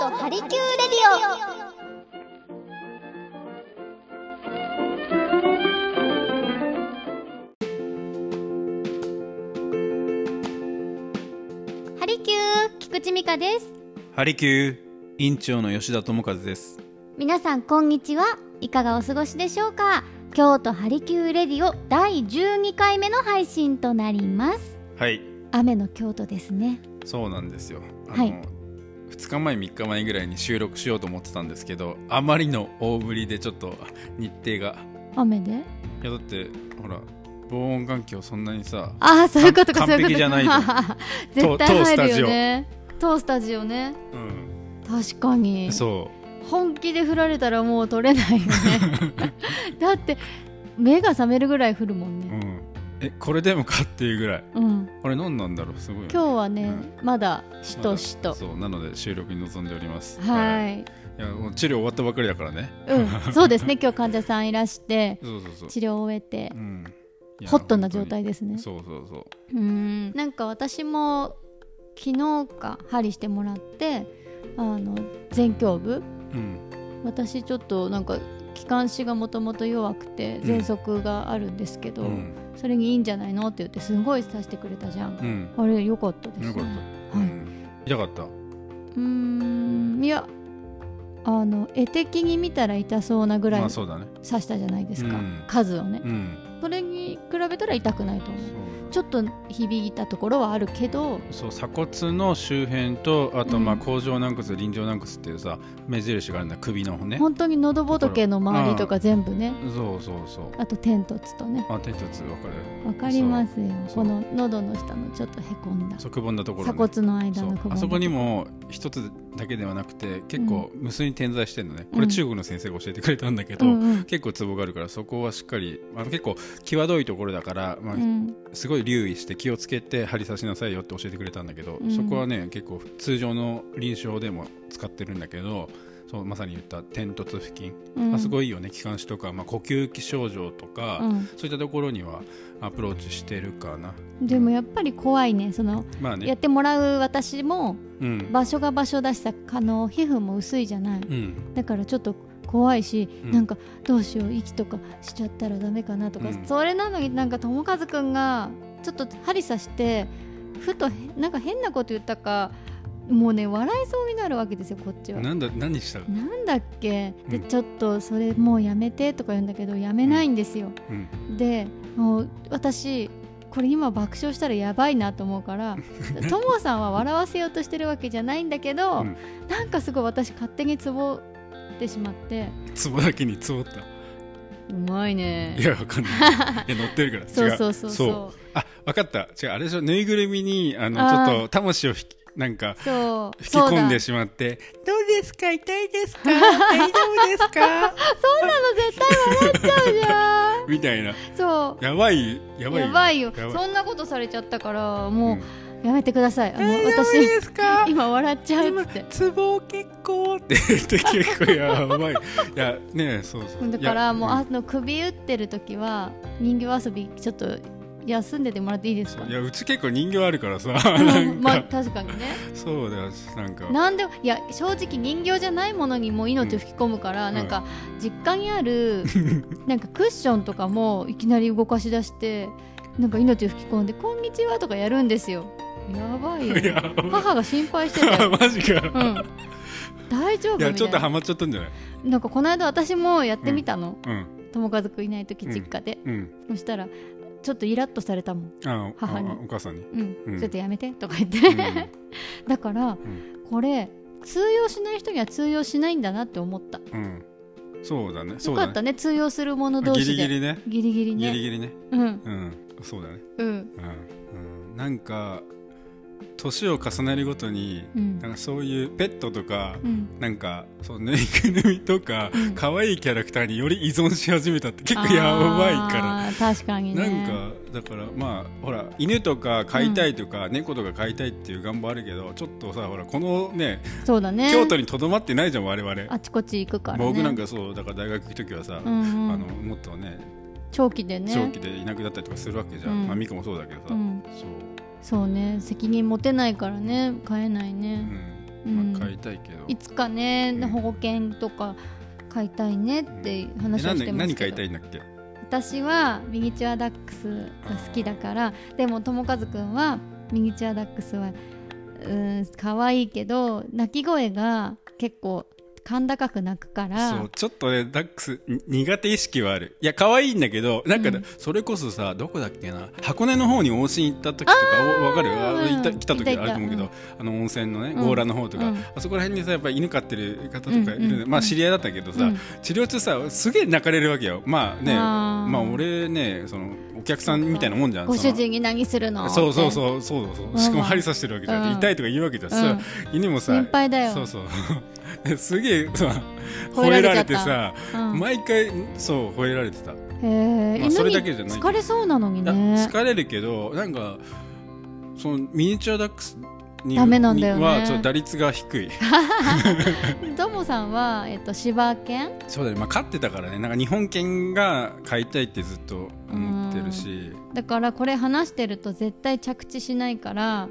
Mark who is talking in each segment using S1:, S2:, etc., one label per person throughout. S1: のハリキューレディオハリキュー菊池美香です
S2: ハリキュー委員長の吉田智和です。
S1: 皆さんこんにちはいかがお過ごしでしょうか京都ハリキューレディオ第12回目の配信となります
S2: はい、
S1: 雨の京都ですね
S2: そうなんですよ。あの、
S1: はい
S2: 2日前3日前ぐらいに収録しようと思ってたんですけど、あまりの大ぶりでちょっと日程が
S1: 雨で
S2: いやだってほら防音環境そんなにさ、
S1: ああそういうことか
S2: 完
S1: そういうことか
S2: 完璧じゃないじゃ
S1: 絶対入るよね当スタジオね
S2: うん、
S1: 確かに
S2: そ
S1: 本気で降られたらもう取れないよね だって目が覚めるぐらい降るもん
S2: う、う
S1: ね、
S2: ん、えこれでもかっていうぐらい。
S1: うん、
S2: これ何なんだろうすごいよね、
S1: 今日はね、まだし
S2: まだ
S1: としと
S2: そうなので収録に臨んでおります。。
S1: はいい
S2: いやもう治療終わったばかりだからね。
S1: うん、そうですね今日患者さんいらして
S2: そうそうそう。
S1: 治療を終えて
S2: うん。いや
S1: ホットな状態ですね
S2: そうそうそう。
S1: うんなんか私も昨日か針してもらってあの前胸部
S2: うん。
S1: 私ちょっとなんか気管支がもともと弱くて
S2: ん
S1: 喘息があるんですけど、
S2: うん。
S1: それにいいんじゃないのって言ってすごい刺してくれたじゃん、
S2: うん。
S1: あれ良かったですね
S2: よかった。
S1: は
S2: う
S1: い
S2: ん痛かった。
S1: うーんいやあの絵的に見たら痛そうなぐらい
S2: まあ
S1: 刺
S2: そうだね。
S1: したじゃないですか、
S2: うん
S1: 数をね、
S2: うん。
S1: それに比べたら痛くないと思う
S2: そう
S1: ちょっと響いたところはあるけど
S2: そう鎖骨の周辺とあとまあ
S1: うん
S2: 甲状軟骨臨場軟骨っていうさ目印があるんだ首の骨
S1: 本当に喉仏の周りとか全部ね
S2: そうそうそう
S1: あと天突とね
S2: あ手一つ分かる
S1: わかりますよ
S2: そ
S1: こ
S2: う
S1: の喉の下のちょっとへこんだ
S2: 側盆のところね
S1: 鎖骨の間のく
S2: そう
S1: ぼ
S2: あ
S1: み
S2: そこにも一つだけではなくて結構無数に点在してるのね、こ
S1: う
S2: れ
S1: ん
S2: 中国の先生が教えてくれたんだけ
S1: う
S2: ど、
S1: んうん
S2: 結構ツボがあるからそこはしっかり、まあ、結構際どいところだから、まあ
S1: うん
S2: すごい留意して気をつけて針刺しなさいよって教えてくれたんだけど、
S1: うん
S2: そこはね結構通常の臨床でも使ってるんだけどそうまさに言った点突付近、
S1: うん
S2: あすごいよね気管支とか、まあ、呼吸器症状とか、
S1: うん
S2: そういったところにはアプローチしてるかな
S1: でもやっぱり怖いねその
S2: まあね
S1: やってもらう私も
S2: うん、
S1: 場所が場所だしさあの皮膚も薄いじゃない
S2: うん
S1: だからちょっと怖いし、
S2: うん
S1: なんかどうしよう息とかしちゃったらダメかなとか、
S2: うん
S1: それなのになんか友和くんがちょっと針刺してふとへなんか変なこと言ったかもうね笑いそうになるわけですよこっちは。
S2: なんだ何した、
S1: なんだっけで、
S2: うん
S1: ちょっとそれもうやめてとか言うんだけどやめないんですよ、
S2: うん、
S1: でもう私これ今爆笑したらやばいなと思うから ともさんは笑わせようとしてるわけじゃないんだけど、
S2: うん
S1: なんかすごい私勝手にツボってしまって
S2: ツボだけにツボった
S1: うまいね
S2: いやわかんない いや乗ってるから
S1: そ
S2: 違
S1: う
S2: う
S1: そうそう
S2: そう
S1: そう
S2: あわかった違うあれでしょぬいぐるみにあの
S1: あー
S2: ちょっと魂をひきなんか
S1: そう
S2: 吹き
S1: そう
S2: 込ん
S1: だ
S2: でしまってどうですか痛いですか大丈夫ですか
S1: そんなの絶対笑っちゃう
S2: みたいな
S1: じゃんそう
S2: やばいやばい
S1: やばいよ
S2: やばい
S1: そんなことされちゃったから
S2: う
S1: も
S2: ん
S1: うやめてください、あの
S2: 大丈夫
S1: 私
S2: ですか
S1: 今笑っちゃうっ
S2: 今
S1: つって
S2: ツボ結構って 言って結構やばいいやねそうそう
S1: だからもう
S2: いや
S1: あの首打ってる時は人形遊びちょっと休んでてもらっていいですか
S2: んいやうち結構人形あるからさ
S1: うん
S2: なん
S1: まあ
S2: か
S1: 確かにね
S2: そうだよなんか
S1: なんでもいや正直人形じゃないものにも命を吹き込むから、
S2: うん
S1: なんか実家にあ るなんかクッションとかもいきなり動かし出してなんか命を吹き込んで「こんにちは」とかやるんですよやばいよ、
S2: いやばい
S1: 母が心配してた よ、
S2: マジか
S1: う
S2: よ
S1: ん、大丈夫
S2: い
S1: みた
S2: や
S1: い
S2: ちょっとハ
S1: な
S2: マっちゃったんじゃない
S1: なんかこの間私もやってみたの、
S2: うん
S1: 友和くんいない時実家で、
S2: うん
S1: そしたらちょっとイラッとされたもん
S2: あ
S1: 母に
S2: あお母さんに
S1: うん、
S2: うん
S1: ちょっとやめてとか言って、 だから、
S2: ん
S1: これ通用しない人には通用しないんだなって思った
S2: うんうんそうだねそ
S1: よ
S2: う
S1: か
S2: だ
S1: ったね通用するもの
S2: ね
S1: 同
S2: ギ
S1: 士
S2: リギ
S1: で
S2: リね
S1: ギリギリ
S2: ギ
S1: ね
S2: リギリね
S1: うん
S2: うんそうだね
S1: うん
S2: うん、うん、なんか年を重ねるごとに
S1: うん
S2: なんかそういうペットとか、
S1: うん
S2: なんかそうぬいぐるみとか、
S1: うん
S2: 可愛いキャラクターにより依存し始めたって結構 やばいから。
S1: ら確かに
S2: な
S1: ね
S2: んかだからまあほら犬とか飼いたいとか、猫とか飼いたいっていう願望あるけどちょっとさほらこのね
S1: そうだね
S2: 京都にとどまってないじゃん我々、
S1: あちこち行くからね
S2: 僕なんかそうだから大学行く時はさ、
S1: うんうん
S2: あのもっとね
S1: 長期でね
S2: 長期でいなくなったりとかするわけじゃん、
S1: うん
S2: まあ美香もそうだけどさ、
S1: うん
S2: そう
S1: そうね責任持てないからね飼えないうね
S2: ん
S1: うん
S2: まあ、買いたいけど
S1: いつかね、
S2: うん
S1: 保護犬とか飼いたいねって話をして
S2: えなんで
S1: ますけ
S2: 何買い
S1: ど
S2: たいんだっけ
S1: 私はミニチュアダックスが好きだからでも友和くんはミニチュアダックスはうん可愛いけど鳴き声が結構甲高く鳴くか
S2: そ
S1: ら
S2: うちょっとねダックスに苦手意識はあるいや可愛いんだけどなんか、
S1: うん
S2: それこそさどこだっけな箱根の方に温泉行った時とかおわかるあ
S1: うん
S2: 行った来た時
S1: いたいた
S2: あると思うけど、
S1: うん
S2: あの温泉のね
S1: うん
S2: 強羅の方とか、
S1: うん
S2: あそこら辺にさやっぱ犬飼ってる方とかいる、
S1: うんうんうん
S2: まあ知り合いだったけどさ、
S1: うん
S2: 治療中さすげえ泣かれるわけよまあね
S1: あー
S2: まあ俺ねそのお客さんみたいなもんじゃん
S1: ご
S2: その
S1: 主人に何するの
S2: そうそう
S1: う
S2: そうそうそう、
S1: うん
S2: しかも針刺してるわけじゃなくて、
S1: うん
S2: 痛いとか言うわけじゃん、
S1: うん
S2: さ犬もさ
S1: 心配だよ
S2: そう そうですげえさ
S1: 吠
S2: 吠
S1: え
S2: え
S1: ら
S2: ら
S1: れ
S2: れ
S1: ち
S2: て
S1: ゃった
S2: さ、
S1: うん
S2: 毎回そう吠えられてた、
S1: へえ
S2: まあ
S1: 犬に
S2: それだけじゃない
S1: 疲れそうなのに
S2: いや
S1: ね
S2: 疲れるけどなんかそのミニチュアダックスに
S1: ダメなんだよね
S2: にはちょっと打率が低い
S1: ゾモさんは、えっと、柴犬
S2: そうだね、まあ、飼ってたからねなんか日本犬が飼いたいってずっと思ってるし
S1: だからこれ話してると絶対着地しないから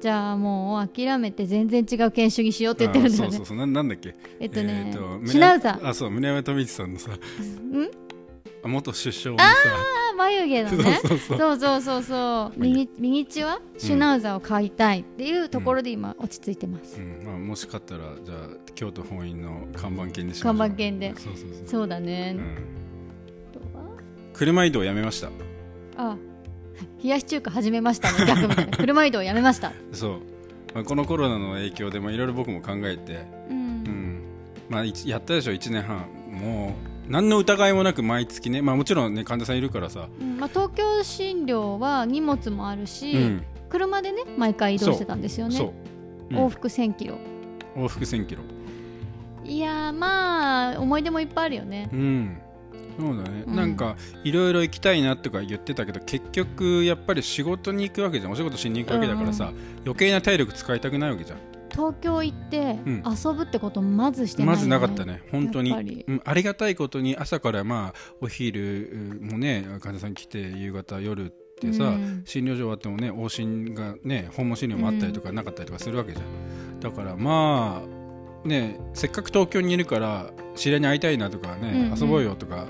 S1: じゃあもう諦めて全然違う犬種にしようって言ってるんだよ
S2: あ
S1: ね
S2: そうそうそうななんだっけ
S1: えっとね、
S2: えーと
S1: シュナウザー
S2: あそう村山富一さんのさ
S1: ん
S2: あ元首相のさ
S1: あ眉毛のね
S2: そうそ
S1: そ
S2: うそう
S1: うそうそうそうミニミニチュアシュナウザーを飼いたいっていうところで今落ち着いてます、
S2: うんまあ、もしかったらじゃあ京都本院の看板犬にしましょう
S1: 看板犬で
S2: そうそうそう
S1: そうだね
S2: う、ん、
S1: あとは
S2: 車移動やめました
S1: あ冷やし中華始めましたね逆み たいな車移動やめました、
S2: そう、まあ、このコロナの影響でまあいろいろ僕も考えて、
S1: う
S2: うんんまあ、一やったでしょ1年半もう何の疑いもなく毎月ね、まあ、もちろんね患者さんいるからさ、
S1: うんまあ、東京診療は荷物もあるし、
S2: うん
S1: 車でね毎回移動してたんですよね、
S2: そう、うん
S1: 往復1 0 0 0キロ
S2: 往復1000キロ
S1: いやーまあ思い出もいっぱいあるよね
S2: うんそうだね、
S1: うん
S2: なんかいろいろ行きたいなとか言ってたけど結局やっぱり仕事に行くわけじゃんお仕事しに行くわけだからさ、余計な体力使いたくないわけじゃん
S1: 東京行って
S2: うん
S1: 遊ぶってことまずしてないよ
S2: ま
S1: ね
S2: ずなかったね、本当に
S1: やっぱり
S2: うんありがたいことに朝から、まあ、お昼もね患者さん来て夕方夜ってさ、
S1: うん
S2: 診療所終わってもね往診がね訪問診療もあったりとかなかったりとかするわけじゃん、だからまあねせっかく東京にいるから知り合いに会いたいなとかね、
S1: うんうん
S2: 遊ぼうよとか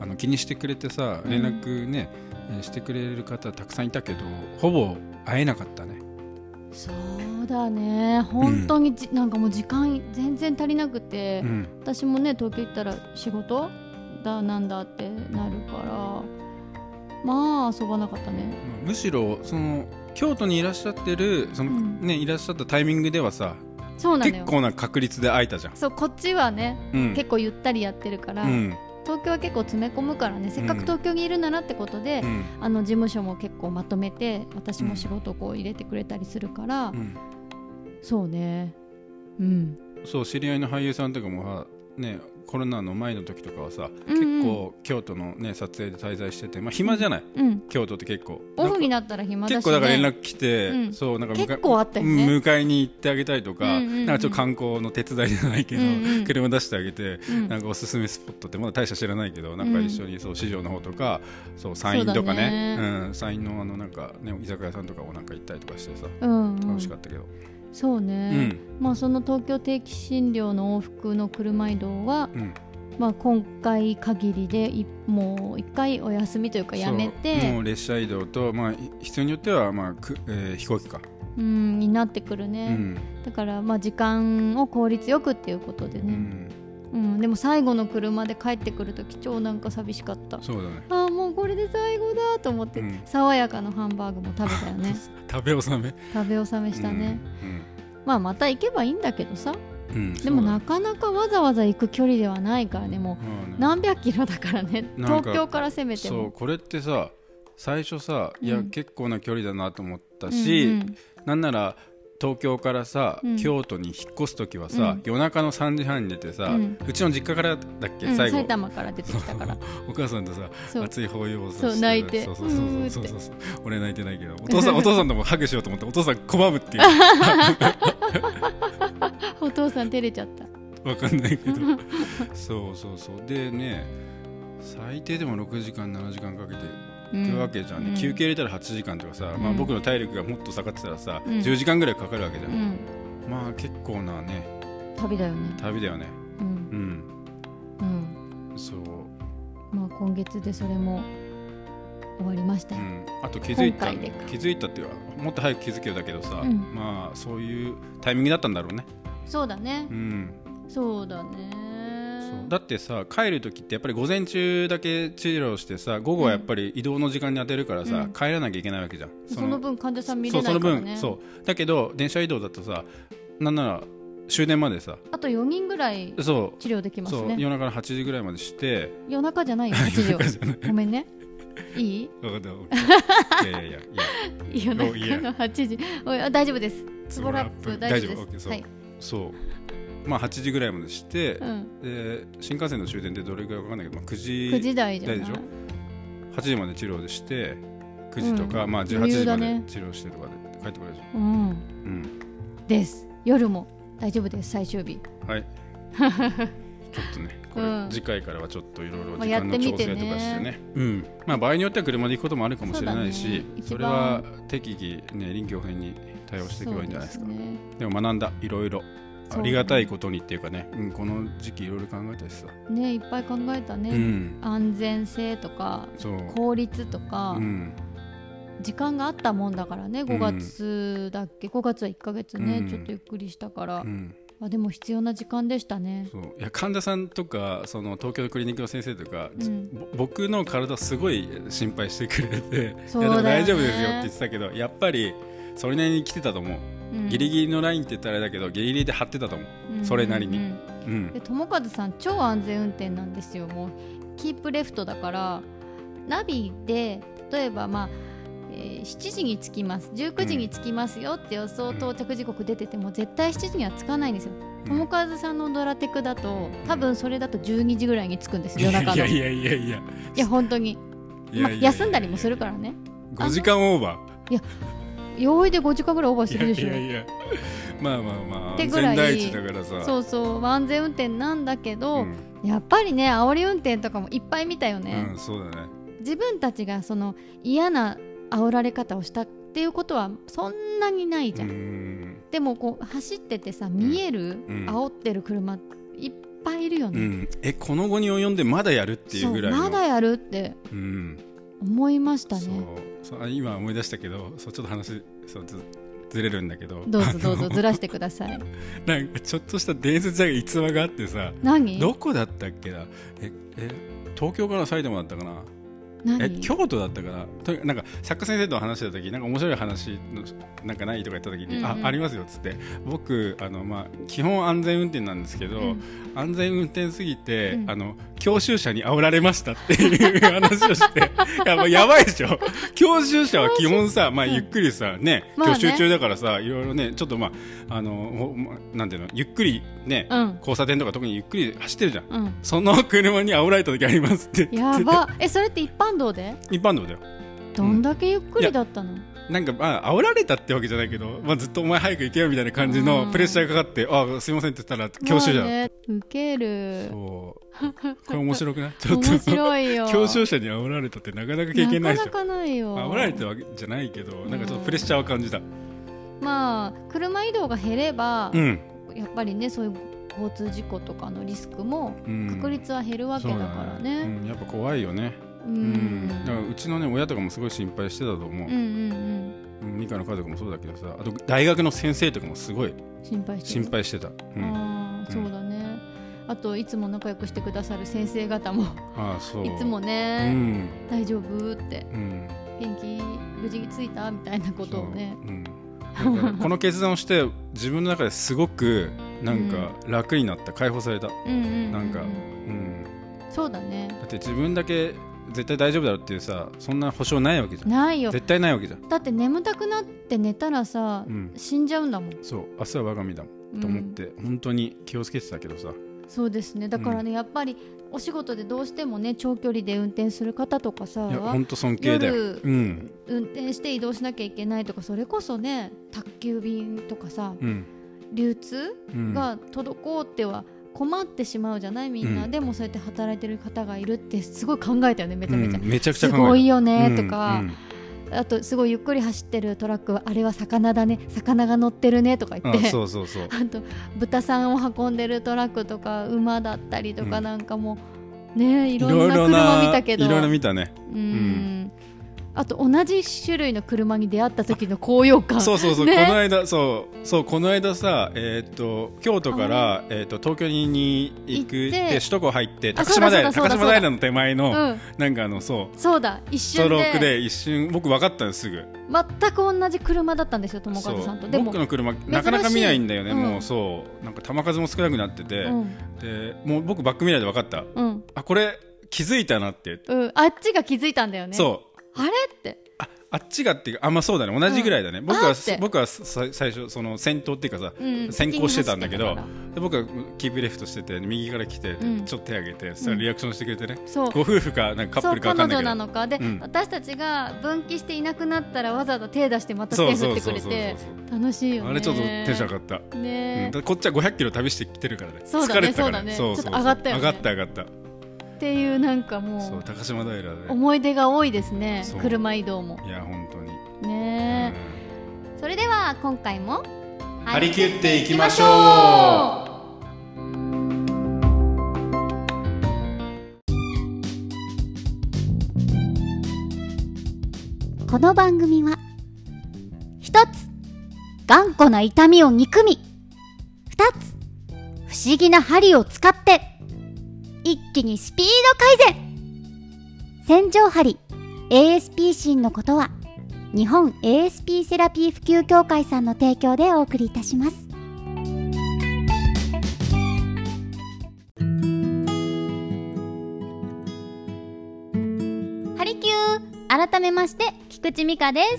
S2: あの気にしてくれてさ連絡ね、えーしてくれる方たくさんいたけどほぼ会えなかったね
S1: そうだね本当にじ、なんかもう時間全然足りなくて、
S2: うん
S1: 私もね東京行ったら仕事だなんだってなるからまあ遊ばなかったね
S2: まあむしろその京都にいらっしゃってるその、
S1: うん
S2: ねいらっしゃったタイミングではさ
S1: そうなの
S2: 結
S1: よ
S2: 構な確率で会えたじゃん、
S1: そうこっちはね、
S2: うん、
S1: 結構ゆったりやってるから、
S2: うん
S1: 東京は結構詰め込むからねせっかく東京にいるならってことで、
S2: うん
S1: あの事務所も結構まとめて私も仕事をこう入れてくれたりするから、
S2: うん
S1: そうねうん
S2: そう知り合いの俳優さんとかもはねコロナの前の時とかはさ、
S1: うんうん
S2: 結構京都のね撮影で滞在しててまあ暇じゃない、
S1: うん
S2: 京都って結構
S1: オフに
S2: なん
S1: な
S2: か
S1: ったら暇だし、ね、
S2: 結構だから連絡来て、
S1: うん
S2: そうなんか迎え
S1: 結構あったよ
S2: うん
S1: ね、
S2: 迎えに行ってあげたりとか、
S1: うんうんうん
S2: なんかちょっと観光の手伝いじゃないけど、
S1: うんうん
S2: 車出してあげて、
S1: うん
S2: なんかおすすめスポットってまだ大した知らないけどなんか一緒にそう市場の方とかそう山陰とかね、
S1: そううん
S2: 山陰のあのなんか、ね、居酒屋さんとかおなんか行ったりとかしてさ
S1: うんうん
S2: 楽しかったけど、
S1: そう
S2: う
S1: ね、
S2: ん
S1: まあその東京定期診療の往復の車移動は、
S2: うん
S1: まあ、今回限りでいもう一回お休みというかやめ
S2: そうも
S1: て
S2: う列車移動と、まあ、い必要によっては、まあくえー飛行機か、
S1: うんになってくる
S2: う
S1: ね、
S2: ん
S1: だからまあ時間を効率よくっていうことで
S2: う
S1: ね、
S2: ん、
S1: うんでも最後の車で帰ってくるとき超なんか寂しかった
S2: そうだね
S1: ああもうこれで最後だと思って、
S2: うん
S1: 爽やかのハンバーグも食べたよ ね
S2: 食べ納め
S1: 食べ納めしたね、、まあまた行けばいいんだけどさ
S2: うんうんうん
S1: でも
S2: そうだ
S1: なかなかわざわざ行く距離ではないからねもう
S2: まあね
S1: 何百キロだからね
S2: なんか
S1: 東京から攻めて
S2: そう
S1: も
S2: これってさ最初さいや、
S1: うん
S2: 結構な距離だなと思った
S1: うんうん
S2: し、なんなら東京からさ、
S1: うん
S2: 京都に引っ越す時はさ、
S1: うん
S2: 夜中の3時半に寝てさ、
S1: う
S2: うんちの実家からだっけ、
S1: うん
S2: 最後
S1: 埼玉から出てきたから
S2: お母さんとさ
S1: そう
S2: 熱い抱擁をさ
S1: そう
S2: して
S1: 泣いて
S2: そうそうそう
S1: うーって
S2: そうそうそう俺泣いてないけどお 父さんお父さんともハグしようと思ってお父さん拒むっていう
S1: お父さん照れちゃった
S2: わかんないけどそうそうそうでね最低でも6時間7時間かけて
S1: う
S2: 行
S1: ん
S2: くわけじゃんね、
S1: うん
S2: 休憩入れたら8時間とかさ、ま
S1: う
S2: あ、
S1: ん
S2: 僕の体力がもっと下がってたらさ、
S1: うん
S2: 10時間ぐらいかかるわけじゃ、
S1: うんん
S2: まあ結構なね
S1: 旅だよね
S2: 旅だよね
S1: うん
S2: うん
S1: うん
S2: そう、
S1: まあ今月でそれも終わりました
S2: う
S1: よ、
S2: ん、あと気づいた
S1: 今回でか
S2: 気づいたっていうかもっと早く気づけよだけどさ、
S1: うん
S2: まあそういうタイミングだったんだろうね
S1: そうだね
S2: うん
S1: そうだね
S2: そうだってさ帰る時ってやっぱり午前中だけ治療してさ午後はやっぱり移動の時間に当てるからさ、
S1: うん
S2: 帰らなきゃいけないわけじゃん
S1: その分患者さん見
S2: そ
S1: れ
S2: う
S1: な
S2: そ
S1: い
S2: の
S1: から
S2: 分
S1: ね
S2: そうだけど電車移動だとさなんなら終電までさ
S1: あと4人ぐらい
S2: そ
S1: 治療でき
S2: う
S1: ます
S2: そう
S1: ね
S2: 夜中の8時ぐらいまでして
S1: 夜中じゃないよ8時を ごめんねいい
S2: 分かったいや いやいやいや
S1: 夜
S2: おいや
S1: 中の8時おいあ大丈夫ですつぼラップ大丈夫
S2: 大丈夫オッ
S1: で
S2: ケー
S1: す
S2: そう
S1: はい
S2: そうまあ8時ぐらいまでして、
S1: うん
S2: で新幹線の終電ってどれぐらいかわかんないけど、まあ、9
S1: 9
S2: 時
S1: 時台じゃない
S2: 大丈8時まで治療して9時とか、
S1: うん
S2: まあ18時ま
S1: 余裕だ
S2: で
S1: ね
S2: 治療してとかで帰ってくるでし
S1: う
S2: ょ、
S1: ん
S2: うん
S1: です夜も大丈夫です最終日
S2: はいちょっとねこれ、
S1: うん
S2: 次回からはちょっといろいろ
S1: まあ
S2: 時間の調整とかして
S1: やってみてね
S2: ね,、うんまあ、場合によっては車で行くこともあるかもしれない
S1: そうだ
S2: し
S1: ね
S2: そ,、
S1: 一番
S2: れは適宜ね臨機応変に対応していけばいいんじゃないですか
S1: そうね
S2: でも学んだいろいろ
S1: そう
S2: ありがたいことにっていうかね、うん、この時期いろいろ考えたしさ、
S1: ねいっぱい考えたね、
S2: うん
S1: 安全性とか
S2: そう
S1: 効率とか、
S2: うん
S1: 時間があったもんだからね5月だっけ、5月は1か月ね、
S2: うん
S1: ちょっとゆっくりしたから、
S2: うん、
S1: あでも必要な時間でしたね
S2: そういや患者さんとかその東京のクリニックの先生とか、じ
S1: うん
S2: ぼ僕の体すごい心配してくれて、
S1: そ
S2: いやでも
S1: うだよね
S2: 大丈夫ですよって言ってたけどやっぱりそれなりに来てたと思う、
S1: うん
S2: ギリギリのラインって言ったらあれだけどギリギリで張ってたと思う
S1: うん
S2: それなりに
S1: うん
S2: うん
S1: で友和さん超安全運転なんですよもうキープレフトだからナビで例えばまあ、えー7時に着きます19時に着きますよって予想
S2: うん
S1: 到着時刻出てても絶対7時には着かないんですよ
S2: うん
S1: 友和さんのドラテクだと多分それだと12時ぐらいに着くんですよ夜中
S2: い
S1: の
S2: や
S1: い
S2: いやいやいや
S1: や本当に
S2: い
S1: ま
S2: や
S1: あ休んだりもするからね
S2: 5時間オーバ
S1: 容易で5時間ぐらいオーバー
S2: ー
S1: するでしょ
S2: いやいやいやまあまあまあ
S1: って
S2: 安
S1: ぐら
S2: 全
S1: い
S2: 第一だからさ
S1: そううそうまあ安全運転なんだけど、
S2: ん
S1: やっぱりね煽り運転とかもいっぱい見たよね、
S2: うんそうだね
S1: 自分たちがその嫌な煽られ方をしたっていうことはそんなにないじゃん、
S2: うん
S1: でもこう走っててさ見える、
S2: うん
S1: 煽ってる車いっぱいいるよ
S2: う
S1: ね、
S2: んえこの後に及んでまだやるっていうぐらいの
S1: そうまだやるって
S2: うん
S1: 思いました
S2: そう
S1: ね
S2: そうあ今思い出したけどそうちょっと話そうずずれるんだけど
S1: どうぞどうぞずらしてください
S2: なんかちょっとした伝説だ逸話があってさ
S1: 何
S2: どこだったっけなええ東京から埼玉だったかなえ
S1: 何
S2: 京都だったかなとにかくなんか作家先生と話してた時なんか面白い話のなんかないとか言った時に、
S1: うんうん
S2: あありますよっつって僕あの、まあ、基本安全運転なんですけど、
S1: うん
S2: 安全運転すぎて、
S1: うん
S2: あの教習車に煽られましたっていう話 をしていやもうやばいでしょ教習車は基本さ、まあ、
S1: うん
S2: ゆっくりさ、ね
S1: まあね
S2: 教習中だからさいろいろねちょっとまああのほまなんていうのゆっくりね、
S1: うん
S2: 交差点とか特にゆっくり走ってるじゃん。
S1: うん
S2: その車に煽られた時ありますって言っ
S1: や
S2: て
S1: ばえそれって一般道で
S2: 一般道だよ
S1: どんだけゆっくりだったの、
S2: なんかまあ煽られたってわけじゃないけど、まあ、ずっとお前早く行けよみたいな感じ
S1: う
S2: の
S1: ん
S2: プレッシャーがかかって、あすいませんって言ったら教習じゃん、
S1: まあね受ける
S2: そうこれ面 白くないちょっ
S1: 面
S2: と
S1: 白いよ
S2: 教習者に煽られたってなかなか経験ないでしょ
S1: なかなかないよ
S2: 煽られたわけじゃないけどなんかちょっとプレッシャーは感じた
S1: まあ車移動が減れば、
S2: うん、
S1: やっぱりねそういう交通事故とかのリスクも
S2: うん、
S1: 確率は減るわけだから
S2: そうだ
S1: ね。
S2: うん、やっぱ怖いよね
S1: う
S2: うんんだからうちのね親とかもすごい心配してたと思う
S1: うんうん
S2: うんミカ、の家族もそうだけどさあと大学の先生とかもすごい
S1: うん心配して
S2: 心
S1: る。
S2: 配してた、うん、あ
S1: ああそうだね。あといつも仲良くしてくださる先生方も
S2: あそう
S1: いつも
S2: う
S1: ね、
S2: ん
S1: 大丈夫って
S2: うん
S1: 元気無事に着いたみたいなことをね。
S2: そううんだからこの決断をして自分の中ですごくなんか楽になった、解放された、
S1: うんうんうんうん
S2: なんかうん、
S1: そうだね。
S2: だって自分だけ絶対大丈夫だろうっていうさそんな保証ないわけじゃん
S1: ないよ。
S2: 絶対ないわけじゃん
S1: だって眠たくなって寝たらさ、
S2: うん
S1: 死んじゃうんだもん。
S2: そう明日は我が身だもん、
S1: うん
S2: と思って本当に気をつけてたけどさ
S1: そうですねだからね、やっぱりお仕事でどうしてもね長距離で運転する方とか
S2: いや
S1: さ
S2: 本当尊敬だよ、
S1: 夜
S2: うん
S1: 運転して移動しなきゃいけないとかそれこそね宅急便とかさ
S2: うん
S1: 流通
S2: うん、
S1: が滞っては困ってしまうじゃないみんな、
S2: うん
S1: でもそうやって働いてる方がいるってすごい考えたよねめち
S2: う
S1: ゃ
S2: ん
S1: めちゃ、
S2: めちゃくちゃ
S1: す
S2: 考えた
S1: ごいよねとか
S2: うん、
S1: あとすごいゆっくり走ってるトラックはあれは魚だね魚が乗ってるねとか言って
S2: あそうそうそう
S1: あと豚さんを運んでるトラックとか馬だったりと
S2: う
S1: か
S2: ん
S1: なんかもうねいろんな車見たけど
S2: いろいろ見たね
S1: うんあと同じ種類の車に出会った時の高揚感
S2: そうそうそう、
S1: ね
S2: この間そうそうこの間さえーっと京都からえーっと東京に行く
S1: 行って
S2: で首都高入って
S1: あ
S2: 高
S1: そうだ
S2: 島平
S1: そうだそうだ
S2: 高島平の手前
S1: う
S2: の
S1: ん、
S2: なんかあのそう
S1: そうだ一
S2: スト
S1: 瞬
S2: ローク
S1: で
S2: で一瞬僕分かったのすぐ
S1: 全く同じ車だったんですよ友
S2: そ
S1: 和さんと
S2: う
S1: でも
S2: 僕の車なかなか見ないんだよね
S1: うん
S2: もうそうなんか球数も少なくなってて
S1: うん
S2: でもう僕バックミラーで分かった
S1: うん
S2: あこれ気づいたなって
S1: うん、あっちが気づいたんだよね
S2: そう
S1: あれって
S2: ああっちがっていうかあまあそうだね同じぐらいだね、
S1: ん
S2: 僕
S1: あ
S2: は
S1: ーって
S2: 僕はさ最初その先頭っていうかさ
S1: うん
S2: 先行してたんだけど
S1: 先に走って
S2: で僕はキープレフトしてて右から来て、
S1: うん
S2: ちょっと手挙げてそしたらリアクションしてくれてね、
S1: たからそう
S2: ご夫婦かなんかカッ
S1: そ
S2: プ
S1: う
S2: ルか
S1: 彼
S2: 分かんな
S1: 女
S2: いけど
S1: なのかで、
S2: うん
S1: 私たちが分岐していなくなったらわざわざ手出してまた
S2: そ
S1: 手
S2: うそ
S1: 振っ
S2: う
S1: てく
S2: そう
S1: れ
S2: そう
S1: て楽しいよね
S2: あれちょっとテンション上がった、
S1: ね
S2: うん
S1: え
S2: だからこっちは500キロ旅してきてるからね
S1: そうだね
S2: 疲れてたから
S1: そうだねちょっと上がったよね
S2: 上がった上がった
S1: っていうなんか
S2: そ
S1: も
S2: う高島平で
S1: う思い出が多いですね
S2: そう
S1: 車移動も
S2: いや本当に、
S1: ねえ、それでは今回も
S2: うん張り切っていきましょう
S3: この番組は一つ頑固な痛みを憎み二つ不思議な針を使って一気にスピード改善洗浄針 ASP シンのことは日本 ASP セラピー普及協会さんの提供でお送りいたしますハリキュー改めまして菊池美香です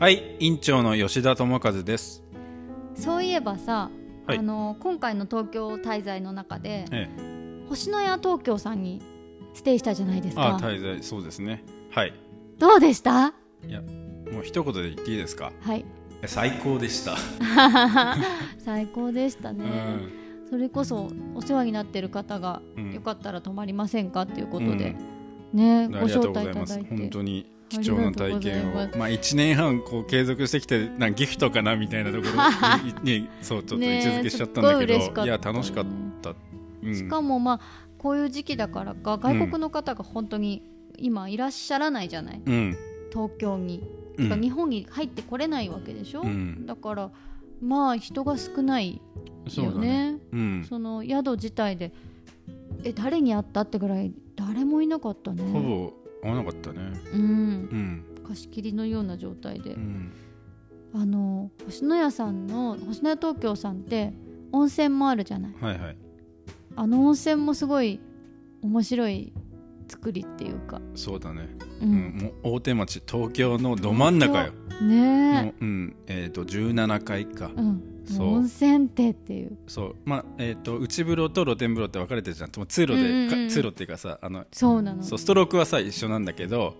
S2: はい院長の吉田智和です
S1: そういえばさ、
S2: はい
S1: あの今回の東京滞在の中で、
S2: え
S1: 星のや東京さんにステイしたじゃないです
S2: あ
S1: か
S2: 滞在そうですねはい
S1: どうでした
S2: もう一言で言っていいですか
S1: はい
S2: 最高でした、
S1: 最高でした
S2: う
S1: ね、
S2: ん
S1: それこそお世話になってる方が、
S2: うん
S1: よかったら泊まりませんかっていうことで、ね
S2: うんあ
S1: ご
S2: りが
S1: 招
S2: と
S1: 待
S2: うござ
S1: いた
S2: いま
S1: だ
S2: す
S1: い
S2: 本
S1: て
S2: 当に貴重な体験
S1: あ
S2: を
S1: りがとうございま
S2: まあ1年半こう継続してきてなんかギフトかなみたいなところ ににそうちょっと位置づけしちゃったんだけ
S1: ねえすっごい嬉しか
S2: ど、
S1: った
S2: いや楽しかった、うん
S1: しかもまあこういう時期だからか外国の方が本当に今いらっしゃらないじゃない
S2: うん
S1: 東京に、
S2: う
S1: て
S2: ん
S1: か日本に入ってこれないわけでしょ、
S2: うん
S1: だからまあ人が少ない
S2: そう
S1: よ
S2: だね
S1: ね
S2: うん
S1: その宿自体でえ誰に会ったってぐらい誰もいなかったね
S2: ほぼ合わなかったね
S1: うん、
S2: うん、
S1: 貸し切りのような状態で、
S2: うん、
S1: あの星のやさんの星のや東京さんって温泉もあるじゃない
S2: はいはい
S1: あの温泉もすごい面白い作りっていうか、
S2: そうだね、
S1: う
S2: うん
S1: ん
S2: もう大手町東京のど真ん中よ
S1: ねえ
S2: の、うんえー、と17階か、
S1: うん、
S2: そう
S1: もう温泉ってっていう
S2: そうまあえー、と内風呂と露天風呂って分かれてるじゃんもう通路で、
S1: うんうんうんうん
S2: か通路っていうかさあの
S1: そうなのそ
S2: そううストロークはさ一緒なんだけど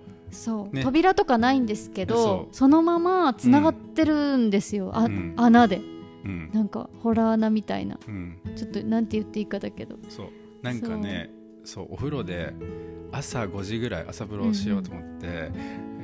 S2: ね
S1: 扉とかないんですけど
S2: そ
S1: そのままつながってるんですよ、あ
S2: うん
S1: 穴で
S2: うん、
S1: なんかホラー穴みたいな
S2: うん、
S1: ちょっとなんて言っていいかだけど
S2: そうなんかねそうお風呂で朝5時ぐらい朝風呂をしようと思って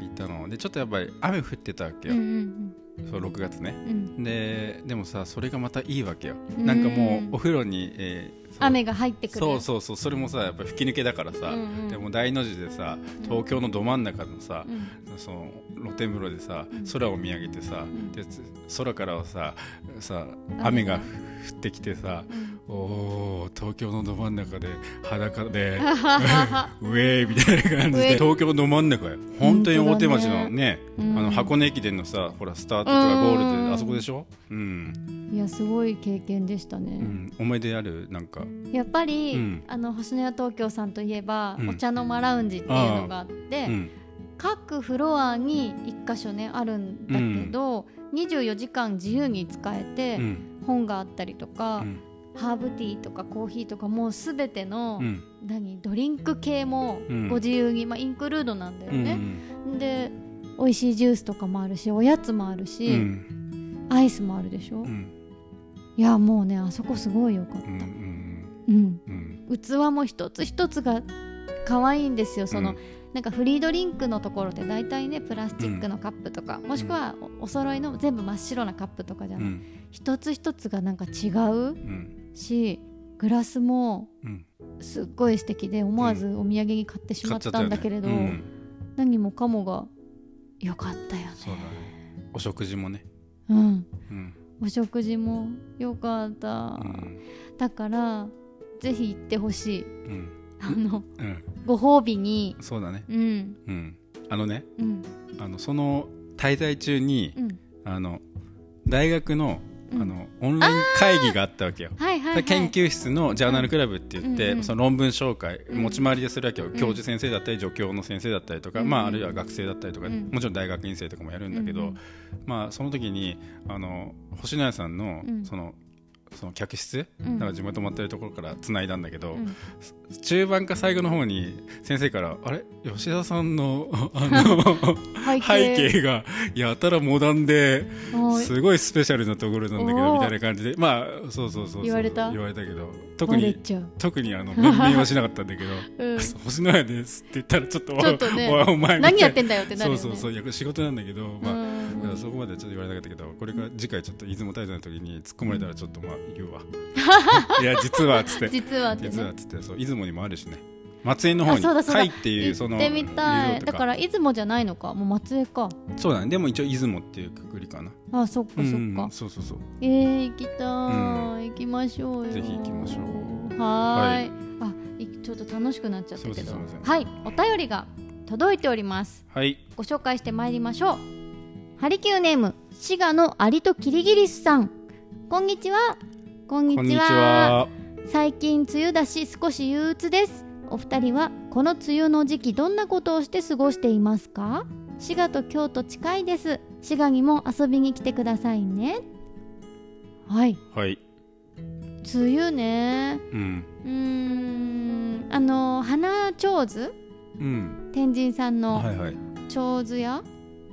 S2: 行ったの、でちょっとやっぱり雨降ってたわけ
S1: うん
S2: よ、
S1: うん
S2: そう6月ね
S1: うんうん
S2: ででもさそれがまたいいわけよ、
S1: うん
S2: なんかもうお風呂に、えーそう
S1: 雨が入ってくる
S2: そうそうそうそれもさやっぱ吹き抜けだからさ、
S1: うんうん
S2: でも大の字でさ東京のど真ん中のさ、
S1: うん
S2: その露天風呂でさ
S1: うん
S2: 空を見上げてさ、
S1: ん
S2: でつ空からはささ
S1: 雨
S2: 雨
S1: が
S2: が降ってきてさ
S1: うん
S2: おー東京のど真ん中で裸 で
S1: ははは
S2: ウェーイみたいな感 じ
S1: ウェイ
S2: で東京のど真ん中よ本当に大手町のね
S1: うん
S2: あの箱根駅伝のさほらスタートとかゴール
S1: うん
S2: であそこでしょうん、
S1: いやすごい経験でした
S2: う
S1: ね、
S2: ん、思い出あるなんか
S1: やっぱり、
S2: うん
S1: あの星のや東京さんといえば、
S2: うん
S1: お茶の間ラウンジっていうのがあって、
S2: うん
S1: 各フロアに1箇所ねあるんだけど、24時間自由に使え
S2: う
S1: て、
S2: ん
S1: 本があったりと
S2: う
S1: か、
S2: ん
S1: ハーブティーとかコーヒーとかもうすべての、
S2: うん
S1: 何ドリンク系も
S2: うん
S1: ご自由に、まあ、インクルードなんだよ
S2: うん
S1: ね、で美味しいジュースとかもあるしおやつもある
S2: う
S1: し、
S2: ん
S1: アイスもあるでしょ、
S2: うん
S1: いやもうねあそこすごいよかった、
S2: うんうん
S1: うん
S2: うん
S1: 器も一つ一つが可愛いんですよその、
S2: うん
S1: なんかフリードリンクのところって大体ねプラスチックのカップとか、もしくはおお揃いの全部真っ白なカップとかじゃ
S2: う
S1: ない、
S2: ん
S1: 一つ一つがなんか違う
S2: うん
S1: しグラスも
S2: うん
S1: すっごい素敵で思わずお土産に買ってしまったんだけれど、
S2: 買っちゃったよねうん
S1: 何もかもが良かったよね
S2: そうだねお食事もね
S1: うん
S2: うん
S1: お食事も良かった、
S2: うん
S1: だからぜひ行ってほしい
S2: うん
S1: あの
S2: うん
S1: ご褒美に
S2: そうだね
S1: うん
S2: うんあのね
S1: うん
S2: あのその滞在中に
S1: うん
S2: あの大学のあ
S1: うん
S2: のオンライン会議があったわけよ
S1: はいはい、はい、
S2: 研究室のジャーナルクラブって言って、
S1: うんうん
S2: その論文紹介
S1: うん
S2: 持ち回りでするわけよ、
S1: ん
S2: 教授先生だったり助教の先生だったりとか、
S1: うん
S2: まあ、あるいは学生だったりとか、
S1: うん
S2: もちろん大学院生とかもやるんだけど、
S1: うんうん
S2: まあ、その時にあの星野屋さんの,、
S1: うん
S2: そのその客室、
S1: うん
S2: だから自分が泊まってるところからつないだんだけど、
S1: うん
S2: 中盤か最後の方に先生から「あれ吉田さんのあの
S1: 背
S2: 背
S1: 景
S2: 景がやたらモダンで。
S1: はい
S2: すごいスペシャルなところなんだけ
S1: お
S2: ど
S1: ー
S2: みたいな感じでまあそうそうそうそう
S1: 言われた
S2: 言われたけど特
S1: バレ
S2: に
S1: ちゃう、
S2: 特にあの文明はしなかったんだけど
S1: うん、
S2: 星のやですって言ったらちょっと
S1: ちょっとね
S2: おお前みたいな
S1: 何やってんだよってなるよね
S2: そうそうそういやこれ仕事なんだけどまあ、
S1: うん
S2: だからそこまではちょっと言われなかったけどこれから次回ちょっと出雲大社の時に突っ込まれたらちょっとまあ 言うわいや実はっつって
S1: 実はって
S2: 実は
S1: ね
S2: っつってそう出雲にもあるしね松江の方
S1: あそうだ
S2: に
S1: そうだ
S2: 海っていうそ
S1: 行
S2: の
S1: ってみた
S2: リゾー
S1: い
S2: ト
S1: だから出雲じゃないのかもう松江か
S2: そうだねでも一応出雲っていうくくりかな
S1: あそっかそっか、
S2: うんうんそうそうそう
S1: えー、行きたい、
S2: ん
S1: 行きましょうよ
S2: ぜひ行きましょ
S1: はー
S2: うはい
S1: あいちょっと楽しくなっちゃったけ
S2: すい
S1: ど
S2: ませんすいま
S1: はいお便りが届いております
S2: はい
S1: ご紹介してまいりましょう
S3: ハリキューネーム滋賀のアリとキリギリスさんこんにちはこんに
S2: こんにちは。
S3: 最近梅雨だし少し憂鬱ですお二人はこの梅雨の時期どんなことをして過ごしていますか滋賀と京都近いです滋賀にも遊びに来てくださいね
S1: はい
S2: はい。
S1: 梅雨ね
S2: うん。
S1: うーんあの花ちょうず
S2: うん。
S1: 天神さんの
S2: はいはい。
S1: ちょうず屋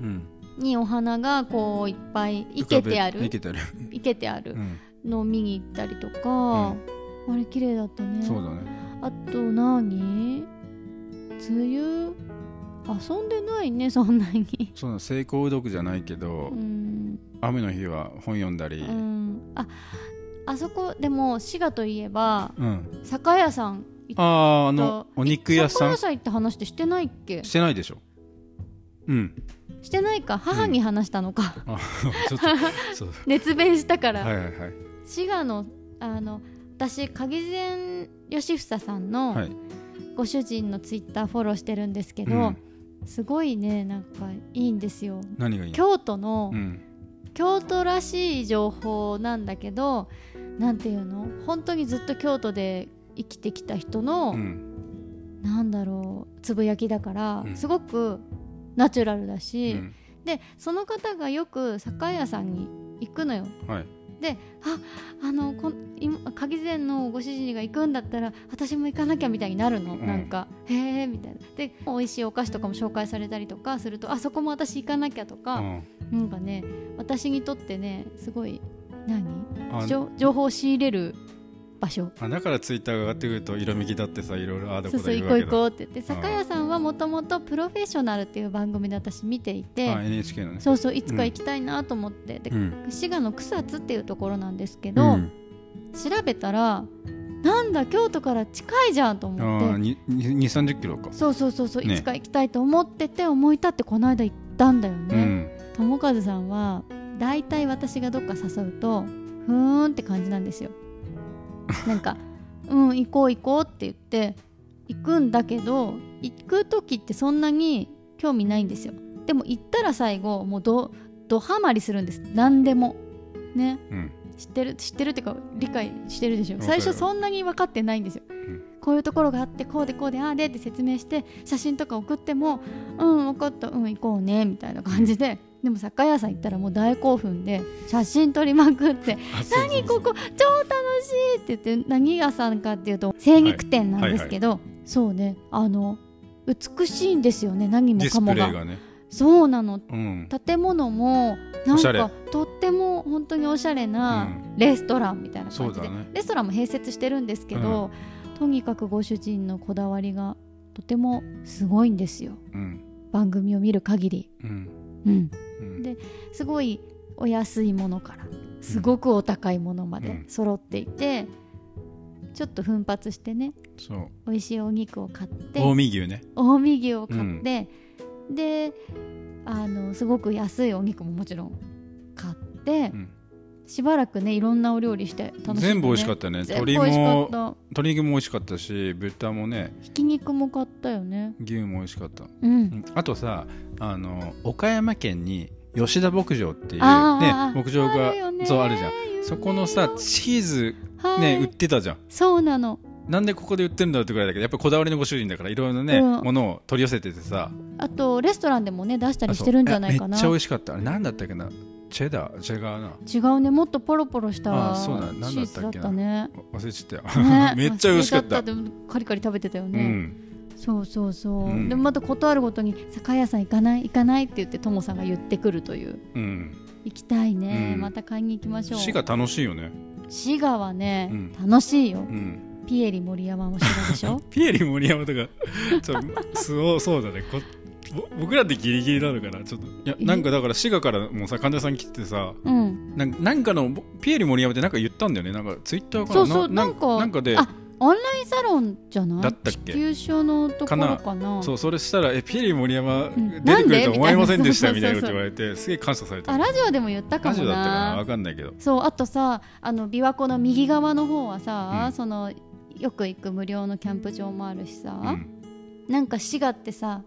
S2: うん。
S1: にお花がこういっぱい生けてある
S2: いけてある。
S1: 生けてあ
S2: う
S1: る
S2: ん。
S1: のを見に行ったりとか、あれ綺麗だったね
S2: そうだね。
S1: あと何梅雨遊んでないねそんな に
S2: そうだ。成功うどくじゃないけ
S1: う
S2: ど、
S1: ん、
S2: 雨の日は本読んだ
S1: う
S2: り。
S1: ん、ああそこでも滋賀といえば
S2: うん。
S1: 酒屋さん行っ
S2: ああ、あの
S1: と、
S2: お肉屋
S1: 酒
S2: さん
S1: 屋。さん行った話ってしてないっけ
S2: してないでしょ。うん。
S1: してないか母に話したのか、
S2: あ、ちょっ と。そう。
S1: 熱弁したから、
S2: はいはいはい。
S1: 滋賀のあの私鍵善義房さん
S2: は
S1: の
S2: い。
S1: ご主人のツイッターフォローしてるんですけど、
S2: うん
S1: すごいねなんかいいんですよ
S2: 何がいいの。
S1: 京都の、
S2: うん。
S1: 京都らしい情報なんだけどなんていうの本当にずっと京都で生きてきた人の、
S2: うん。
S1: なんだろうつぶやきだから、
S2: うん
S1: すごくナチュラルだ
S2: う
S1: し、
S2: ん。
S1: でその方がよく酒屋さんに行くのよ
S2: はい。
S1: あのこん今鍵膳のご主人が行くんだったら私も行かなきゃみたいになるの、
S2: うん
S1: なんかへえみたいなで美味しいお菓子とかも紹介されたりとかするとあそこも私行かなきゃと
S2: う
S1: か、
S2: ん。
S1: なんかね私にとってねすごい何
S2: あ
S1: 情情報を仕入れる場所
S2: あだからツイッターが上がってくると色めきだってさいろいろああだ
S1: そ
S2: こ
S1: うそ
S2: だ
S1: う
S2: 言
S1: 行
S2: う
S1: こ
S2: わ
S1: う行こうって
S2: けだ
S1: 言って酒屋さんはもともと「プロフェッショナル」っていう番組で私見ていて、
S2: あ NHK のね
S1: そうそういつか行きたいなと思って、で
S2: うん
S1: 滋賀の草津っていうところなんですけ
S2: う
S1: ど、
S2: ん
S1: 調べたらなんだ京都から近いじゃんと
S2: あ
S1: 思
S2: あ
S1: って
S2: にに二三十キロか
S1: そうそうそうそう、
S2: ね
S1: いつか行きたいと思ってて思い立ってこの間行ったんだよ
S2: う
S1: ね、
S2: ん
S1: 友和さんは大体私がどっか誘うとふーんって感じなん ですよなんか「うん行こう行こう」って言って行くんだけど行く時ってそんなに興味ないんですよでも行ったら最後もうどどハマりするんです何でもね
S2: うん
S1: 知ってる知ってるっていうか理解してるでしょ
S2: わか
S1: 最
S2: る
S1: 初そんなに分かってないんですよ、
S2: ん
S1: こういうところがあってこうでこうでああでって説明して写真とか送ってもうん分かったうん行こうねみたいな感じででも酒屋さん行ったらもう大興奮で写真撮りまくって
S2: あそうそうそう
S1: 何ここ超楽しいって言って何屋さんかっていうと精肉店なんですけど、そうねあの美しいんですよね何も
S2: ディ
S1: か
S2: スプ
S1: も
S2: レ
S1: が
S2: イがね、
S1: そうなの
S2: うん、
S1: 建物も
S2: お
S1: なん
S2: しゃれ
S1: かとっても本当におしゃれなレストランみたいな感じ
S2: そう
S1: で、
S2: だね
S1: レストランも併設してるんですけど、とにかくご主人のこだわりがとてもすごいんですよ
S2: うん
S1: 番組を見る限り、
S2: うん
S1: うん、
S2: うん
S1: ですごいお安いものからすごくお高いものま
S2: う
S1: で
S2: ん
S1: 揃っていて、ちょっと奮発してね
S2: そう
S1: 美味しいお肉を買って
S2: 近江牛ね
S1: 近江牛を買って、であのすごく安いお肉ももちろん買って、
S2: うん
S1: しばらくねいろんなお料理して楽しんで、ね、
S2: 全部美味しかったね
S1: 全部美
S2: 鶏
S1: 味しかっ
S2: も
S1: た
S2: 鶏肉も美味しかったし豚もね
S1: ひき肉も買ったよね
S2: 牛も美味しかった、
S1: う
S2: うんんあとさあの岡山県に吉田牧場っていう、
S1: あ
S2: ね
S1: ー、
S2: 牧場
S1: あ
S2: が
S1: るよね
S2: そうあるじゃん
S1: 有名よ
S2: そこのさチーズ
S1: は
S2: ね、
S1: い
S2: 売ってたじゃん
S1: そうなの
S2: なんでここで売ってるんだろうってぐらいだけどやっぱこだわりのご主人だからいろいろなね、
S1: うん
S2: ものを取り寄せててさ
S1: あとレストランでもね出したりしてるんじゃないかな
S2: あそうえめっちゃ美味しかったあれなんだったっけなチェダーチェガーな
S1: 違うねもっとポロポロした
S2: あそうだなんだったっ
S1: チーズ
S2: けな
S1: だったね
S2: 忘れちゃったよ、
S1: ね
S2: めっちゃ美味しかった
S1: 忘れちゃでもカリカリ食べてたよ
S2: う
S1: ね、
S2: ん
S1: そうそうそう、
S2: うん
S1: でもまたことあるごとに「酒屋さん行かない行かない」って言ってともさんが言ってくるという
S2: うん
S1: 行きたいね、
S2: うん
S1: また買いに行きましょう
S2: 滋賀楽しいよね
S1: 滋賀はね、
S2: う
S1: 楽しいよ
S2: うん
S1: ピエリ森山も滋賀でし ょ
S2: ピエリ森山とかちょそうそうだねこぼ僕らってギリギリなのかなちょっといや
S1: え
S2: なんかだから滋賀からもさ患者さん来てさ
S1: うん
S2: なんなんかのぼピエリ森山ってなんか言ったんだよねなんかツイッターかな
S1: そうそうな
S2: な
S1: んか
S2: なんかで
S1: あオンラインサロンじゃない
S2: だったっけ
S1: 地球書のところかな
S2: かそうそれしたら「えピエリ森山
S1: ん
S2: 出てくる
S1: なんで
S2: と思いませんでした」
S1: み
S2: みた
S1: た
S2: い
S1: い
S2: な
S1: な
S2: こと言われてすげえ感謝された
S1: あラジオでも言ったか
S2: ラ
S1: も
S2: ジオだったかな
S1: な
S2: わかんないけど
S1: そうあとさあの琵琶湖の右側の方はさ、
S2: うん
S1: そのよく行く無料のキャンプ場もあるしさ、
S2: うん
S1: なんか滋賀ってさ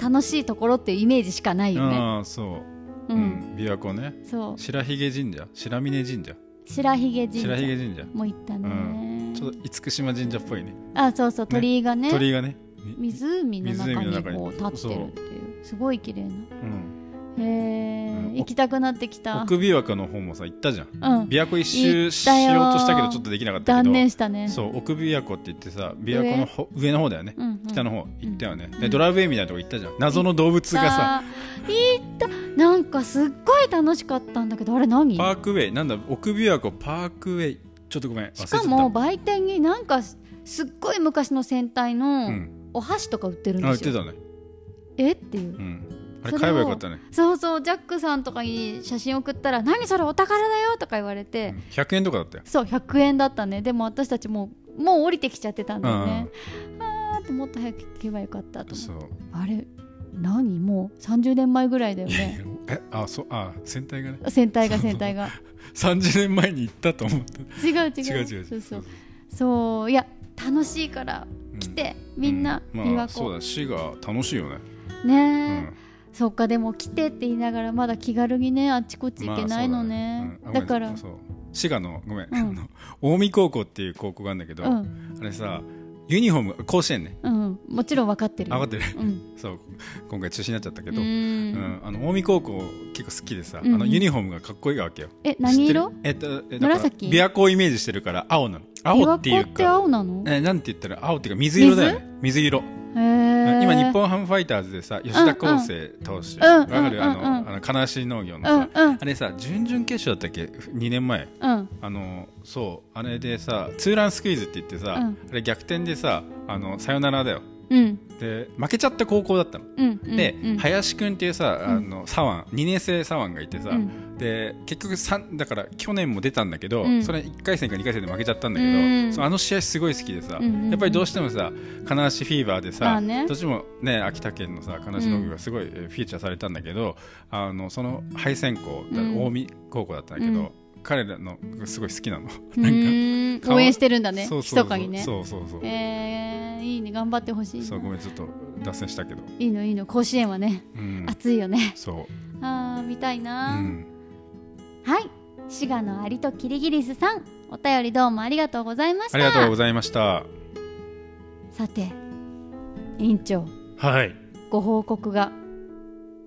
S1: 楽しいところっていうイメージしかないよね
S2: ああそう
S1: う、
S2: うんん琵琶湖ね
S1: そう
S2: 白髭神社白峰神社
S1: 白髭神
S2: 白
S1: 社
S2: 髭神社
S1: も行ったね、
S2: ちょっと厳島神社っぽいね
S1: あそうそう鳥居がね
S2: 鳥居がねみ
S1: 湖の中
S2: 湖の
S1: に
S2: 中に
S1: こう立ってるっていうすごい綺麗な
S2: うん
S1: へえ、
S2: うん
S1: 行きたくなってきた
S2: 奥琵琶湖の方もさ行ったじゃん
S1: うん
S2: 琵琶湖一周し
S1: 行ったよー
S2: ようとしたけどちょっとできなかったけ
S1: 断
S2: ど
S1: 念したね
S2: そう奥琵琶湖って言ってさ琵琶湖のほ上の方だよね
S1: うんうん
S2: 北の方行ったよね
S1: う
S2: で
S1: ん
S2: ドライブウェイみたいなとこ行ったじゃん謎の動物がさ
S1: 行ったなんかすっごい楽しかったんだけどあれ何
S2: パークウェイなんだ奥琵琶湖パークウェイちょっとごめん忘れちゃ
S1: し
S2: った
S1: かも売店になんかすすっごい昔の戦隊
S2: う
S1: の
S2: ん
S1: お箸とか売ってるん
S2: あ
S1: で
S2: 言っ
S1: すよ、
S2: てたね
S1: えっていう、
S2: うんあ
S1: それを
S2: れ買えばよかったね
S1: そうそうジャックさんとかに写真送ったら「何それお宝だよ」とか言われて、
S2: うん100円とかだったよ
S1: そう100円だったねでも私たちもうもう降りてきちゃってたんだよね、あーってもっと早く聞けばよかった
S2: うん
S1: と思って
S2: そう
S1: あれ何もう30年前ぐらいだよね
S2: えあそうあ戦隊がね
S1: 戦隊が戦隊 が
S2: 30年前に行ったと思った
S1: 違う違う
S2: 違う違う
S1: そうそううそういや楽しいから
S2: ん
S1: 来て、みんな
S2: う
S1: 琵
S2: ま
S1: 琶
S2: あそ
S1: 湖
S2: うだ滋賀楽しいよねう
S1: ねえ、
S2: ん
S1: そっかでも来てって言いながらまだ気軽にねあっちこっち
S2: ま
S1: 行
S2: あ
S1: けないのね,、
S2: そう
S1: だ
S2: ねうんあごめん
S1: から
S2: そう滋賀のごめん
S1: うん
S2: あの近江高校っていう高校があるんだけど
S1: う
S2: あ
S1: ん
S2: れさユニフォーム甲子園ね
S1: うんもちろん分かってる
S2: あ
S1: よ
S2: 分かってる
S1: うん
S2: そう今回中止になっちゃったけ
S1: う
S2: ど
S1: ん
S2: うん、あの近江高校結構好きでさ、
S1: うんうん
S2: あのユニフォームがかっこいいわけよ。
S1: え何色
S2: 知ってるえっとえだから
S1: 紫
S2: 琵琶湖をイメージしてるから青なの。青ってい
S1: 琵琶湖
S2: う
S1: って
S2: か、
S1: 青なの、
S2: えなんて言ったら青っていうか水色だよね。水色。
S1: へー
S2: 今日本ハムファイターズでさ吉田康生投手、
S1: うんうん
S2: わかるあ
S1: うんうんうん
S2: のあの悲しい農業の
S1: う
S2: さ
S1: ん、うん
S2: あれさ準々決勝だったっけ2年前
S1: うん
S2: あのそうあれでさツーランスクイズって言ってさ、
S1: うん
S2: あれ逆転でさあのさよならだよ
S1: うん
S2: で負けちゃった高校だったの。
S1: うんうん
S2: で、
S1: うん
S2: 林くんっていうさあの左腕2年生左腕がいてさ、
S1: うん
S2: で結局三だから去年も出たんだけど、
S1: うん
S2: それ1回戦か2回戦で負けちゃったんだけ
S1: うん
S2: ど、そうあの試合すごい好きでさ、
S1: うんうんうん
S2: やっぱりどうしてもさ金足フィーバーでさ、
S1: まあね
S2: どっちもね秋田県のさ金足農業がすごいえーフィーチャーされたんだけど、あのその敗戦校だ
S1: うん
S2: 近江高校だったんだけど、
S1: うん
S2: 彼らのすごい好きなの。
S1: うーん応援してるんだね
S2: そう
S1: ひ
S2: そうそう
S1: そかにね
S2: そうそうそう。
S1: えー、いいね頑張ってほしいな
S2: そうごめんちょっと脱線したけど。
S1: いいのいいの甲子園はね
S2: うん。
S1: 暑いよね
S2: そう。
S1: あー見たいうな、
S2: ん。
S3: はい
S1: 滋賀のアリとキリギリスさんお便りどうもありがとうございまし
S2: あ
S1: た
S2: りがとうございました。
S1: さて委員長
S2: はい。
S1: ご報告が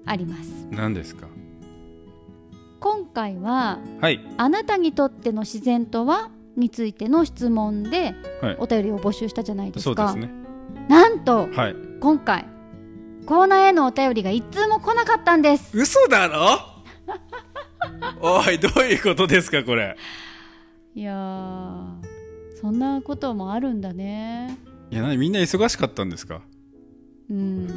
S1: あります
S2: 何ですか。
S1: 今回は
S2: はい。
S1: あなたにとっての自然とはについての質問で
S2: はい
S1: お便りを募集したじゃないで
S2: そ
S1: す
S2: うで
S1: か、
S2: すね。
S1: なんと
S2: はい。
S1: 今回コーナーへのお便りが一通も来なかったんです
S2: 嘘 だろおいどういうことですかこれ
S1: いやーそんなこともあるんだね
S2: いや何みんな忙しかったんですか
S1: うん、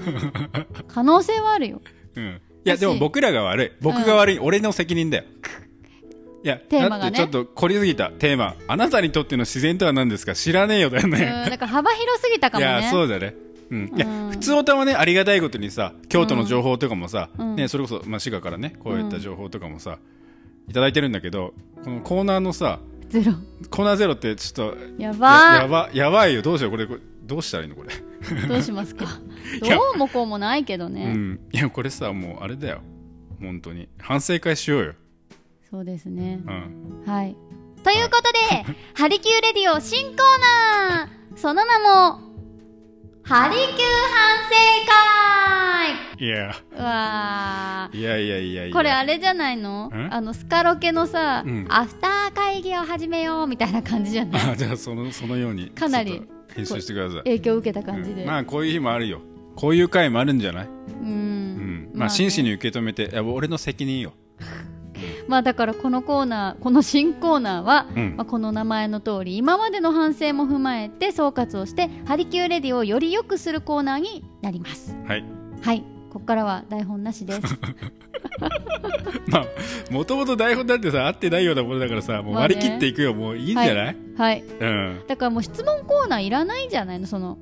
S1: 可能性はあるよ
S2: うんいや
S1: 私
S2: でも僕らが悪い僕が悪い、俺の責任だよいや
S1: テー
S2: だ
S1: マ
S2: っ
S1: が
S2: て
S1: ね
S2: ちょっと凝りすぎたテーマあなたにとっての自然とは何ですか知らねえよだよ
S1: うん
S2: ね、
S1: なんか幅広すぎたか
S2: い
S1: もね
S2: やそうだねうん、いや、
S1: うん
S2: 普通オタはねありがたいことにさ京都の情報とかもさ、
S1: うん
S2: ね、それこそ、まあ、滋賀からねこういった情報とかもさ、いただいてるんだけどこのコーナーのさ
S1: ゼロ
S2: コーナーゼロってちょっと
S1: や
S2: や
S1: ば
S2: やばやばいよどうしようこれこれどうしたらいいのこれ、
S1: ーどうしますか
S2: いや
S1: どうもこうもないけど
S2: う
S1: ね、
S2: ん、いやこれさもうあれだよ本当に反省会しようよ、
S1: そうですね
S2: うん、
S1: はい
S3: ということで、ハリキューレディオ新コーナーその名も、ハリキュー反省
S2: いや
S1: うわ
S2: いやいやいやい
S1: ー
S2: や
S1: これあれじゃないの
S2: ん
S1: あのスカロケのさ、
S2: うん
S3: 会アフター会議を始めようみたいな感じじゃない
S2: あじゃあそのそのように
S1: かなり
S2: ちょっと編集してください
S1: 影響を受けた感じで、
S2: うんまあこういう日もあるよこういう回もあるんじゃない、
S1: うん
S2: うん
S1: ま
S2: ま
S1: あ
S2: あ、
S1: ね
S2: 真摯に受け止めていや俺の責任よ、
S1: まあだからこのコーナーこの新コーナーは、
S2: うん
S1: まあ、この名前の通り今までの反省も踏まえて総括をしてハリキューレディをより良くするコーナーになります
S2: はい
S1: はいここからは台本な しです
S2: まあもともと台本だってさ合ってないようなものだからさもう
S1: まあね
S2: 割り切っていくよ、もういいんじゃない、
S1: はい
S2: うん
S1: だからもう質問コーナーいらないんじゃないのその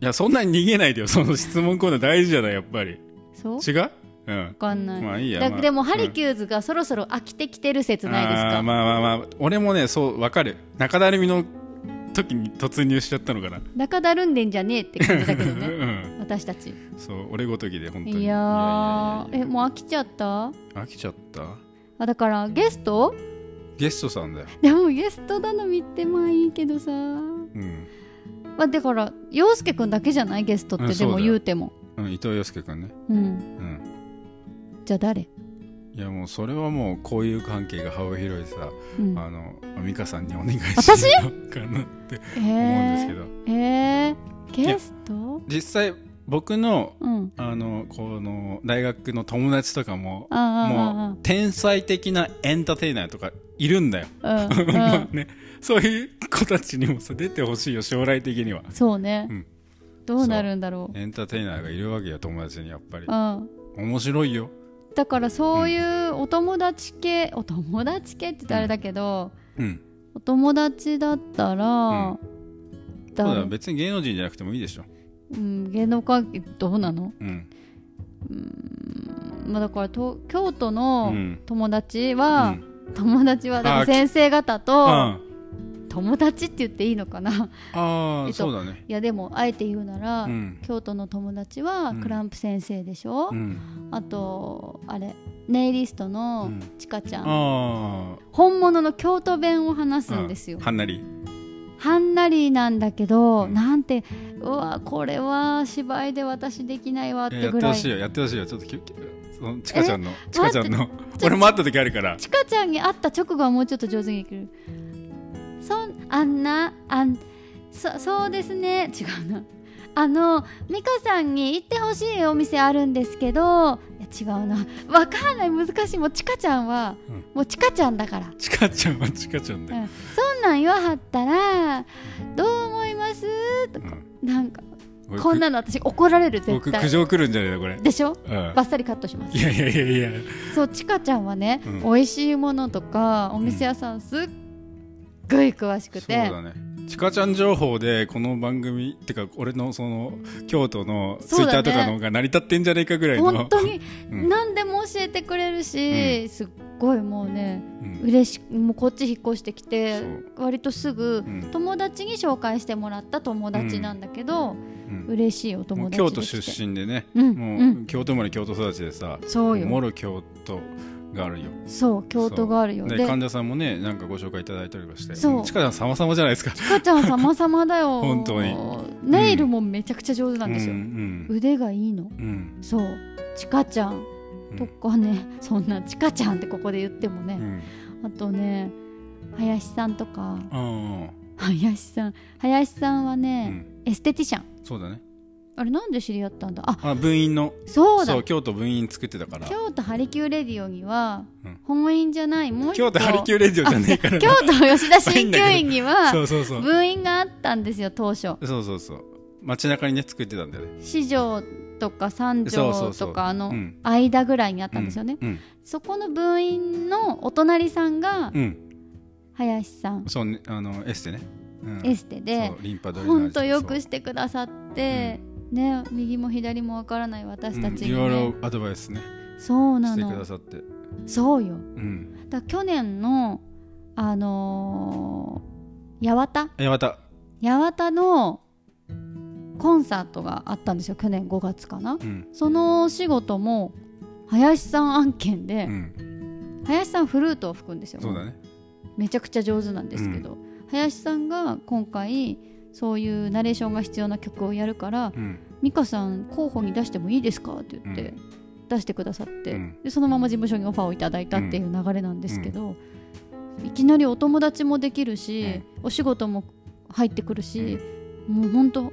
S2: いやそんなに逃げないでよその質問コーナー大事じゃないやっぱり
S1: そうわ
S2: 違ううん
S1: かんない、
S2: まあいいや
S1: だ
S2: まあ
S1: でも、ハリキューズがそろそろ飽きてきてる説ないです
S2: あー
S1: か、
S2: まあまあまあ俺もねそうわかる中だるみの時に突入しちゃったのかな、
S1: 中だるんでんじゃねえって感じだけど ね
S2: う
S1: 私たち
S2: んそう俺ごときで本当に
S1: いやー
S2: いやいやいやい
S1: え
S2: や
S1: もう飽きちゃった
S2: 飽きちゃった
S1: あだからゲスト
S2: ゲストさんだよ、
S1: でもゲスト頼みってまあいいけどさ
S2: うん
S1: まあだから陽介くんだけじゃないゲストっ
S2: うん
S1: てで
S2: そうだ
S1: も
S2: よ
S1: 言うても
S2: うん、伊藤洋介君ね、
S1: うん
S2: うん、
S1: じゃあ誰
S2: いやもうそれはもうこういう関係が幅広いさ、
S1: うん
S2: あの美香さんにお願いしよ
S1: 私
S2: うかな って
S1: え
S2: 思うんですけ
S1: ー
S2: ど、
S1: えーゲスト
S2: 実際僕の
S1: うん
S2: あのこの大学の友達とかもも
S1: あ
S2: う天才的なエンターテイナーとかいるんだよ、
S1: あああうんう
S2: まあ
S1: ん
S2: ね、そういう子たちにもさ出てほしいよ将来的には
S1: そうね
S2: うん
S1: どうなるんだろう
S2: エンターテイナーがいるわけよ友達にやっぱり
S1: うん
S2: 面白いよ
S1: だからそういうお友達系お友達系って言ったらあれだけど
S2: うん
S1: お友達だったら
S2: そうだ
S1: 誰
S2: 別に芸能人じゃなくてもいいでしょ
S1: うん芸能関係どうなの
S2: うん
S1: うんまあだからと京都
S2: う
S1: の
S2: ん
S1: 友達
S2: う
S1: は、
S2: ん
S1: 友達はだから
S2: あ
S1: 先生方
S2: う
S1: と
S2: ん
S1: 友達って言っていいのかなえっ
S2: ああ
S1: と
S2: そうだね
S1: いやでもあえて言うなら、
S2: うん
S1: 京都の友達は
S2: うん
S1: クランプ先生でしょ、
S2: うん
S1: あとあれネイリストの
S2: うん
S1: ちかちゃん、
S2: あ
S1: 本物の京都弁を話す
S2: あ
S1: んですよ、
S2: はんなり
S1: はんなりなんだけど、
S2: うん
S1: なんてうわこれは芝居で私できないわっ
S2: いやや
S1: て
S2: って
S1: ぐら
S2: ほ
S1: い
S2: しいよやってほしいよちょっとききそのちかちゃんの
S1: え
S2: ちかちゃんの
S1: て
S2: 俺も会った時あるから
S1: ちかちゃんに会った直後はもうちょっと上手にできるそんあんなあんそそうですね違うなあの美香さんに行ってほしいお店あるんですけどいや違うなわかんない難しいもうちかちゃんは、
S2: うん
S1: もうちかちゃんだから
S2: ちかちゃんはちかちゃんだよ、
S1: そんなん言わはったらどう思います
S2: うん
S1: なんか
S2: れ
S1: こんなの私怒られる絶
S2: 僕苦
S1: 対
S2: 情来るんじゃないのこれ、
S1: でしょ
S2: うん
S1: バッサリカットします
S2: いやいやいやいや
S1: そうちかちゃんはね、
S2: うん
S1: 美味しいものとかお店屋さんすっごい詳しくて、
S2: そうだねちかちゃん情報でこの番組ってか俺のその京都のツ
S1: そ
S2: イ
S1: う
S2: ッ
S1: だ
S2: タ
S1: ね
S2: ーとかの方が成り立ってんじゃね えかぐらいの
S1: 本当に
S2: うん
S1: 何でも教えてくれるし、すっごいもうね
S2: うん
S1: 嬉しもうこっち引っ越してきて
S2: そう
S1: 割とすぐ
S2: うん
S1: 友達に紹介してもらった友達なんだけど、
S2: うん
S1: 嬉しいお
S2: も
S1: 友
S2: う
S1: 達で
S2: 京
S1: きて
S2: 都出身でね、
S1: うん
S2: もう、
S1: うん
S2: 京都生まれ京都育ちでさ
S1: そう
S2: も
S1: よ
S2: ろ京都があるよ
S1: そう京都があるよ
S2: で
S1: で
S2: 患者さんもねなんかご紹介いただいたりとかして
S1: そう
S2: ちかちゃん様々じゃないですか
S1: ちかちゃん様々だよ
S2: 本当に
S1: ネイルもめちゃくちゃ上手なんですよ、
S2: うん
S1: 腕がいいの
S2: うんうん
S1: そうちかちゃん
S2: うん
S1: とかね、そんなちかちゃんってここで言ってもね、
S2: うん
S1: あとね林さんとか
S2: あ
S1: 林さん林さんは
S2: あう
S1: ね、
S2: ん
S1: エステティシャン
S2: そうだね
S1: あれなんで知り合ったんだあ
S2: あ分院の
S1: そうだ
S2: そう京都分院作ってたから
S1: 京都ハリキューレディオには
S2: うん
S1: 本院じゃないもう一個
S2: 京都ハリキューレディオじゃねえからな
S1: 京都吉田鍼灸院に
S2: そ
S1: は
S2: うそうそう
S1: 分院があったんですよ当初
S2: そうそうそう街中にね作ってたんだよね
S1: 四条とか三
S2: そうそ
S1: 条
S2: うそう
S1: とかあの
S2: うん
S1: 間ぐらいにあったんですよね、
S2: うん
S1: そこの分院のお隣さんが
S2: うん、
S1: 林さん、
S2: そうねあのエステね、うん、
S1: エステで
S2: そうリンパドレナージ
S1: ほんとよく
S2: そ
S1: してくださって、ね右も左もわからない私
S2: う
S1: たち
S2: うん
S1: に、
S2: い
S1: ね
S2: ろいろアドバイスね
S1: そう
S2: し
S1: な
S2: てくだ
S1: の
S2: さって
S1: そうよ
S2: うん
S1: だから去年のあのー八幡
S2: えまた
S1: 八幡のコンサートがあったんですよ去年5月かな
S2: うん
S1: そのお仕事も林さん案件で、
S2: うん
S1: 林さんフルートを吹くんですよ
S2: そうだね
S1: めちゃくちゃ上手なんですけど、林さんが今回そういうナレーションが必要な曲をやるから
S2: うん
S1: 「美香さん候補に出してもいいですか?」って言って
S2: う
S1: 出してくださって、
S2: うん
S1: でそのまま事務所にオファーをいただいたっていう流れなんですけど、いきなりお友達もできるし、お仕事も入ってくるし、もう本当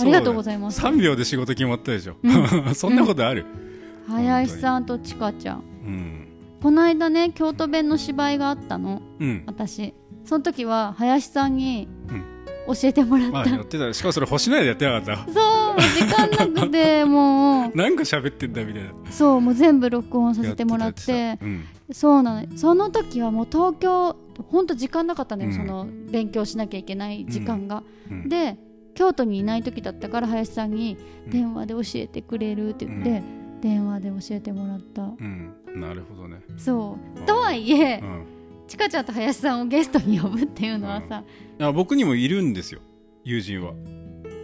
S1: ありがとうございます
S2: 3秒で仕事決まったでしょ、
S1: う
S2: そんなことある、
S1: 林さんとちかちゃん
S2: うん
S1: この間ね京都弁の芝居があったの
S2: うん
S1: 私その時は林さんに
S2: うん
S1: 教えてもらった、
S2: まあやってたしかもそれ星内でやってなかった
S1: そ う時間なくてもう
S2: なんか喋ってんだみたいな
S1: そうもう全部録音させてもらっ
S2: や
S1: て
S2: たうん
S1: そうなのその時はもう東京ほんと時間なかったのよ、
S2: うん
S1: その勉強しなきゃいけない時間が、
S2: うん
S1: で京都にいない時だったから林さんに
S2: う
S1: 「
S2: ん
S1: 電話で教えてくれる」って言って、
S2: う
S1: 電話で教えてもらった、
S2: うんなるほどね
S1: そう
S2: あ
S1: とはいえ、
S2: うん
S1: ちかちゃんと林さんをゲストに呼ぶっていうのはさ、
S2: いや僕にもいるんですよ友人は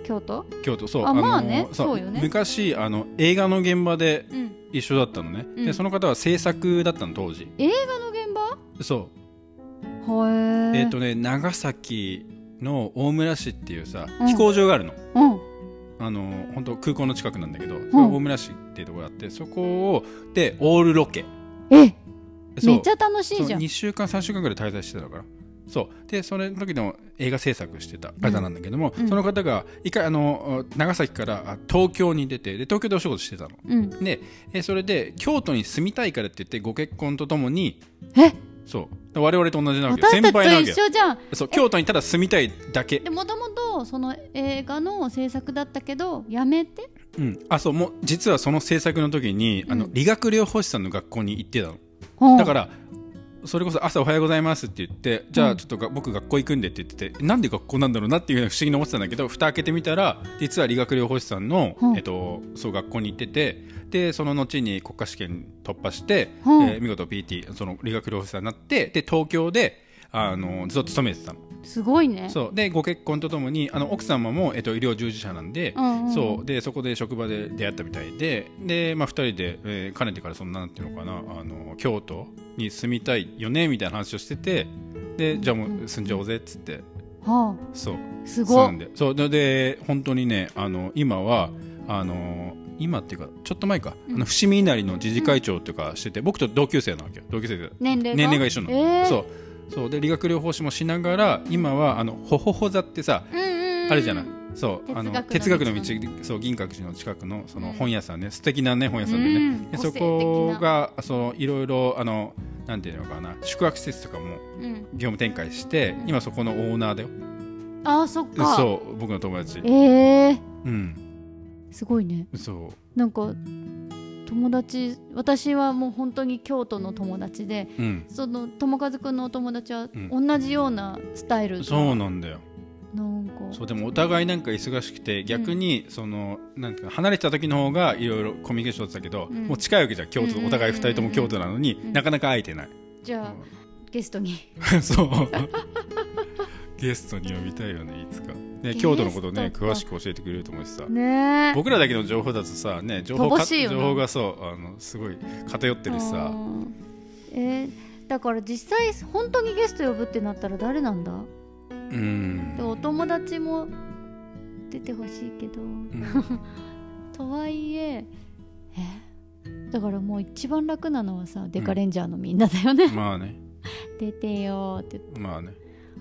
S1: 京都
S2: 京都そう
S1: あ
S2: の
S1: まあね
S2: さ
S1: そうよね
S2: 昔あの映画の現場で
S1: うん
S2: 一緒だったのね、
S1: う
S2: で
S1: ん
S2: その方は制作だったの当時
S1: あの現場
S2: そう
S1: はえ
S2: えっ、とね長崎の大村市っていうさ、
S1: うん
S2: 飛行場があるの
S1: うん
S2: あの本当空港の近くなんだけど、それ大村市っていうところがあってそこをでオールロケ
S1: え
S2: そう
S1: めっちゃ楽しいじゃん
S2: 2週間3週間ぐらい滞在してたからそうでそれの時の映画制作してた方なんだけども、
S1: うん
S2: その方が一回あの長崎からあ東京に出てで東京でお仕事してたの
S1: うん
S2: でえそれで京都に住みたいからって言ってご結婚とともに
S1: え
S2: そう我々と同じなわけよ
S1: 私
S2: 先
S1: たち
S2: 輩なわけ
S1: と
S2: よ
S1: 一緒じゃん
S2: そう京都にただ住みたいだけ
S1: でもともとその映画の制作だったけどやめて
S2: うん、あそうもう実はその制作の時に、あの
S1: うん
S2: 理学療法士さんの学校に行ってたのだからそれこそ朝おはようございますって言ってじゃあちょっとが、僕学校行くんでって言っててなんで学校なんだろうなっていうふうに不思議に思ってたんだけど蓋開けてみたら実は理学療法士さんの、
S1: うん
S2: えっと、そう学校に行っててでその後に国家試験突破して、
S1: うん
S2: えー見事 PT その理学療法士さんになってで東京であのずっと勤めてたの。
S1: すごいね
S2: そうでご結婚とともにあの奥様も、えっと、医療従事者なんで、
S1: うんうん
S2: そうでそこで職場で出会ったみたいでで、まあ、2人で、えーかねてからそんななんていうのかなあの京都に住みたいよねみたいな話をしててでじゃあもう住んじゃおうぜっつって
S1: は
S2: そう
S1: あすごい
S2: 住んでそうでで本当にねあの今はあの今っていうかちょっと前か、
S1: うん
S2: あの伏見稲荷の自治会長とかしてて、僕と同級生なわけよ同級生で
S1: 年齢が
S2: 年齢が一緒なの、
S1: えー
S2: そうそうで理学療法士もしながら今はあのほほほ座ってさ
S1: うんうんうん
S2: あるじゃない。そうあの
S1: 哲
S2: 哲
S1: 学
S2: 学
S1: の
S2: の
S1: 道
S2: 道そう銀閣寺の近くのそ
S1: うん
S2: の本屋さんね、素敵なね本屋さんでね、
S1: うん
S2: で
S1: 個性
S2: そ
S1: 的な
S2: こがそのいろいろあのなんていうのかな宿泊施設とかも
S1: うん
S2: 業務展開して、
S1: うん
S2: 今そこのオーナーだよ、
S1: あーそっか
S2: そう僕の友達
S1: えー
S2: うん
S1: すごいね
S2: そ
S1: なんか友達私はもう本当に京都の友達で
S2: ううん
S1: その友和くんのお友達は
S2: うん
S1: 同じようなスタイル
S2: そうなんだよ
S1: なんか
S2: そうでもお互いなんか忙しくて逆にその、なんていうか離れてた時の方がいろいろコミュニケーションだったけど、
S1: うん
S2: もう近いわけじゃん京
S1: うんうんうん
S2: 都
S1: うん
S2: お互い二人とも京都なのに、
S1: うん
S2: なかなか会えてない、
S1: じゃあゲストに
S2: そう。ゲストに呼びたいよね、いつか。ね、
S1: ゲストか
S2: 京都のことね、詳しく教えてくれると思うしさ。
S1: ねえ
S2: 僕らだけの情報だとさ、ね、情報
S1: 乏しいよ
S2: 情
S1: ね
S2: 報がそう、あの、すごい偏ってるし
S1: あ
S2: さ。
S1: ーえーだから実際本当にゲスト呼ぶってなったら誰なんだ
S2: うん
S1: で。お友達も出てほしいけど
S2: うん
S1: とはいええだからもう一番楽なのはさデカレンジャーのみんなだよね、
S2: まあね、
S1: 出てよーって
S2: まあね、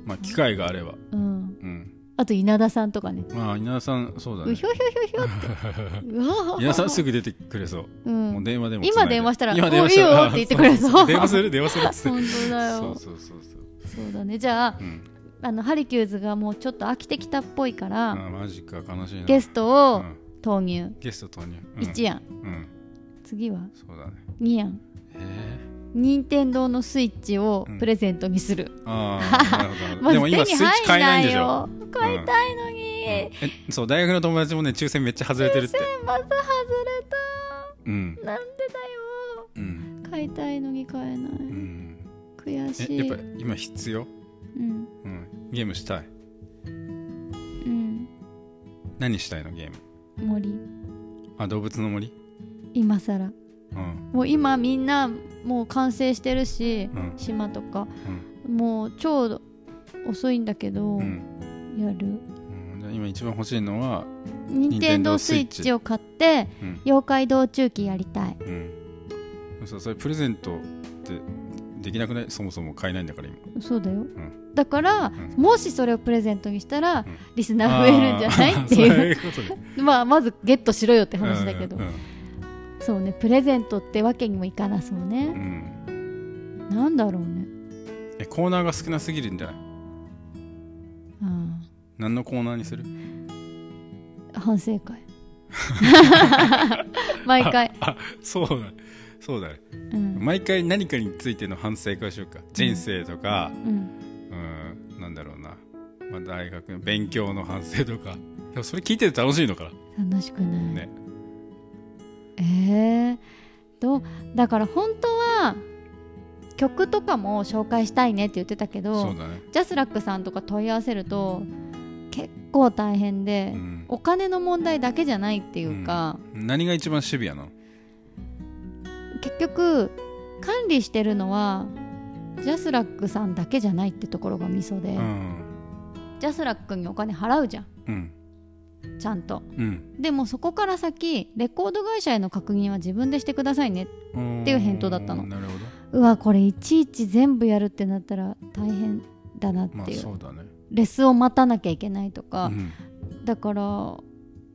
S2: まあ、機会があれば。
S1: うん
S2: うん。
S1: あと稲田さんとかね
S2: まあ、稲田さん、そうだ
S1: う
S2: ね
S1: ひ。ょひょひょひょってうわー
S2: 稲田さんすぐ出てくれそう。
S1: う
S2: もうん電話でも。
S1: 今電話したら
S2: 今電話し
S1: もういいよ
S2: た
S1: って言ってくれそう
S2: 電話する、電話するっつって。
S1: 本当だよ
S2: そ
S1: そう
S2: うそうそうそう。
S1: だねじゃあ
S2: うん。
S1: あのハリキューズがもうちょっと飽きてきたっぽいから、
S2: あマジか悲しいな
S1: ゲスト
S2: う
S1: を
S2: ん
S1: 投入、
S2: ゲスト投入、うん、
S1: 1やん
S2: うん
S1: 次は
S2: そうだね
S1: 2やん
S2: え
S1: 任天堂のスイッチをプレゼントにする、
S2: ー、ああなるほどなるほ
S1: も
S2: ど
S1: う
S2: でも今スイ
S1: 手に
S2: ッチ
S1: 入
S2: 買えないんでしょ
S1: よ買いたいのに、
S2: えそう大学の友達もね抽選めっちゃ外れてるって
S1: また外れ
S2: うん
S1: たなんでだ
S2: うん
S1: よ買いたいのに買えない、
S2: うん
S1: 悔
S2: え
S1: しい
S2: やっぱ今必要
S1: うん
S2: うんゲームしたい
S1: うん
S2: 何したいのゲーム
S1: 森
S2: あ動物の森
S1: 今更
S2: うん
S1: もう今みんなもう完成してるし、
S2: うん
S1: 島とかもう超遅いんだけど、
S2: うんうん、
S1: やる
S2: うん、じゃあ今一番欲しいのは
S1: 任天堂スイッチを買って
S2: うん
S1: 妖怪道中記やりたい
S2: うんそうそれプレゼントってできなくないそもそも買えないんだから今
S1: そうだよ、
S2: ん
S1: だから、
S2: ん
S1: もしそれをプレゼントにしたら、
S2: ん
S1: リスナー増えるんじゃない
S2: あー
S1: って
S2: そう
S1: いう
S2: いうことね
S1: まあまずゲットしろよって話だけど、
S2: うんうん
S1: そうねプレゼントってわけにもいかなそう
S2: う
S1: ね、
S2: ん
S1: なんだろうね
S2: えコーナーが少なすぎるんじゃない
S1: あ
S2: 何のコーナーにする
S1: あ反省 会毎回、
S2: あそうだそうだね
S1: うん
S2: 毎回何かについての反省会をしようか人生とか、
S1: うん、
S2: うん、なんだろうな、まあ、大学の勉強の反省とかでもそれ聞いてて楽しいのか
S1: 楽しくな、
S2: ないね
S1: えー、どうだから本当は曲とかも紹介したいねって言ってたけど
S2: そうだね
S1: ジャスラックさんとか問い合わせると結構大変で、
S2: うん
S1: お金の問題だけじゃないっていうか、
S2: 何が一番シビアなの
S1: 結局管理してるのはジャスラックさんだけじゃないってところがミソで、
S2: うん
S1: ジャスラックにお金払うじゃ
S2: うん
S1: んちゃんと
S2: うん
S1: でもそこから先レコード会社への確認は自分でしてくださいね
S2: うん
S1: っていう返答だったの
S2: なるほど
S1: うわこれいちいち全部やるってなったら大変だなって
S2: まあ
S1: いう,、
S2: そうだね
S1: レスを待たなきゃいけないとか、
S2: うん
S1: だから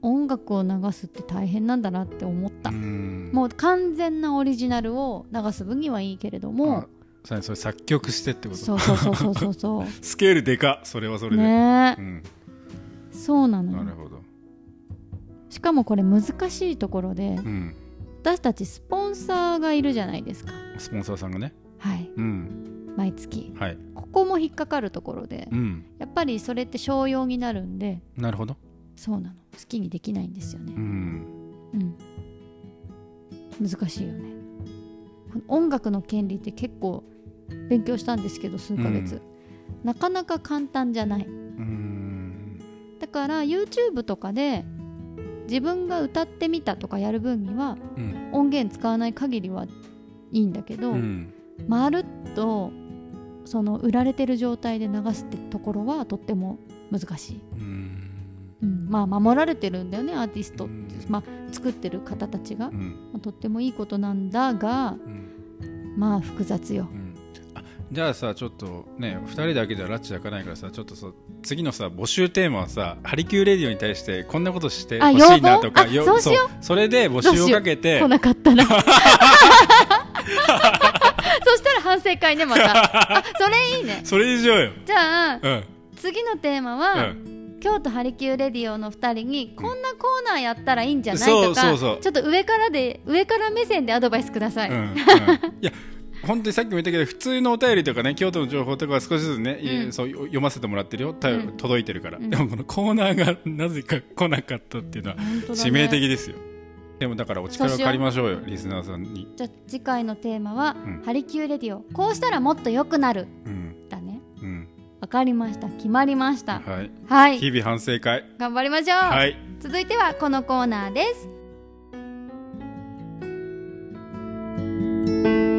S1: 音楽を流すって大変なんだなって思った、
S2: うん
S1: もう完全なオリジナルを流す分にはいいけれども
S2: あさらにそれ作曲してってこと
S1: そうそうそうそうそうそ
S2: スケールでかっそれはそれ
S1: う
S2: で、
S1: ね
S2: う
S1: え
S2: ん、
S1: そうなの
S2: なる
S1: よ
S2: ほど、
S1: しかもこれ難しいところで
S2: うん、
S1: 私たちスポンサーがいるじゃないですか
S2: スポンサーさんがね
S1: はい
S2: うん
S1: 毎月
S2: はい
S1: ここも引っかかるところで
S2: うん
S1: やっぱりそれって商用になるんで
S2: なるほど
S1: そうなの好きにできないんですよね
S2: うん
S1: うん難しいよねこの音楽の権利って結構勉強したんですけど数ヶ月、なかなか簡単じゃない
S2: うん
S1: だから YouTube とかで自分が歌ってみたとかやる分には
S2: うん
S1: 音源使わない限りはいいんだけど、
S2: うん
S1: まるっとその売られてる状態で流すってところはとっても難しい、
S2: うん
S1: うんまあ守られてるんだよねアーティストっていう、
S2: うん
S1: まあ、作ってる方たちが
S2: う、ん
S1: とってもいいことなんだが
S2: うん
S1: まあ複雑よ
S2: うんあじゃあさちょっとね2人だけじゃ拉致開かないからさちょっとさ次のさ募集テーマはさハリキューレディオに対してこんなことしてほしいなと
S1: あ
S2: か
S1: 要望あそうしよ
S2: うそれで募集をかけて
S1: 来なか ったらそしたら反省会ねまた あそれいいね
S2: それ以上よ
S1: じゃあ
S2: うん
S1: 次のテーマ
S2: う
S1: は、
S2: ん
S1: 京都ハリキューレディオの2人にこんなコーナーやったらいいんじゃない
S2: そう
S1: とか、
S2: そうそう
S1: ちょっと上からで上から目線でアドバイスください、
S2: うんうんいや本当にさっきも言ったけど普通のお便りとかね京都の情報とかは少しずつね、い
S1: うん
S2: そう読ませてもらってるよた
S1: うん
S2: 届いてるから、
S1: うん
S2: でもこのコーナーがなぜか来なかったっていうのは
S1: 本当だね
S2: 致命的ですよ、でもだからお力を借りましょうよリスナーさんに、
S1: じゃあ次回のテーマは、
S2: ん
S1: ハリキューレディオこうしたらもっと良くなる
S2: うん
S1: だね
S2: うん、
S1: わかりました決まりました
S2: はい
S1: はい
S2: 日々反省会
S1: 頑張りましょう、
S2: はい
S1: 続いてはこのコーナーです
S3: ねえ、委員長。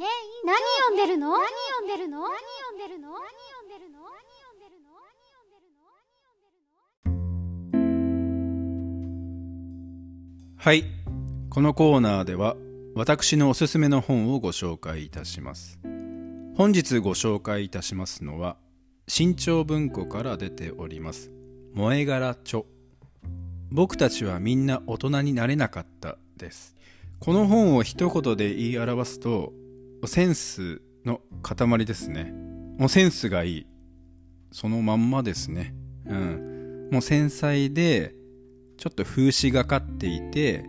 S3: ねえ、何読んでるの何読んでるの何読んでるの何読んでるの何読んでるの何読んでるの
S2: はいこのコーナーでは私のおすすめの本をご紹介いたします本日ご紹介いたしますのは新潮文庫から出ております「萌え柄著僕たちはみんな大人になれなかった」ですこの本を一言で言い表すとセンスの塊ですねもうセンスがいいそのまんまですねうんもう繊細でちょっと風刺がかっていて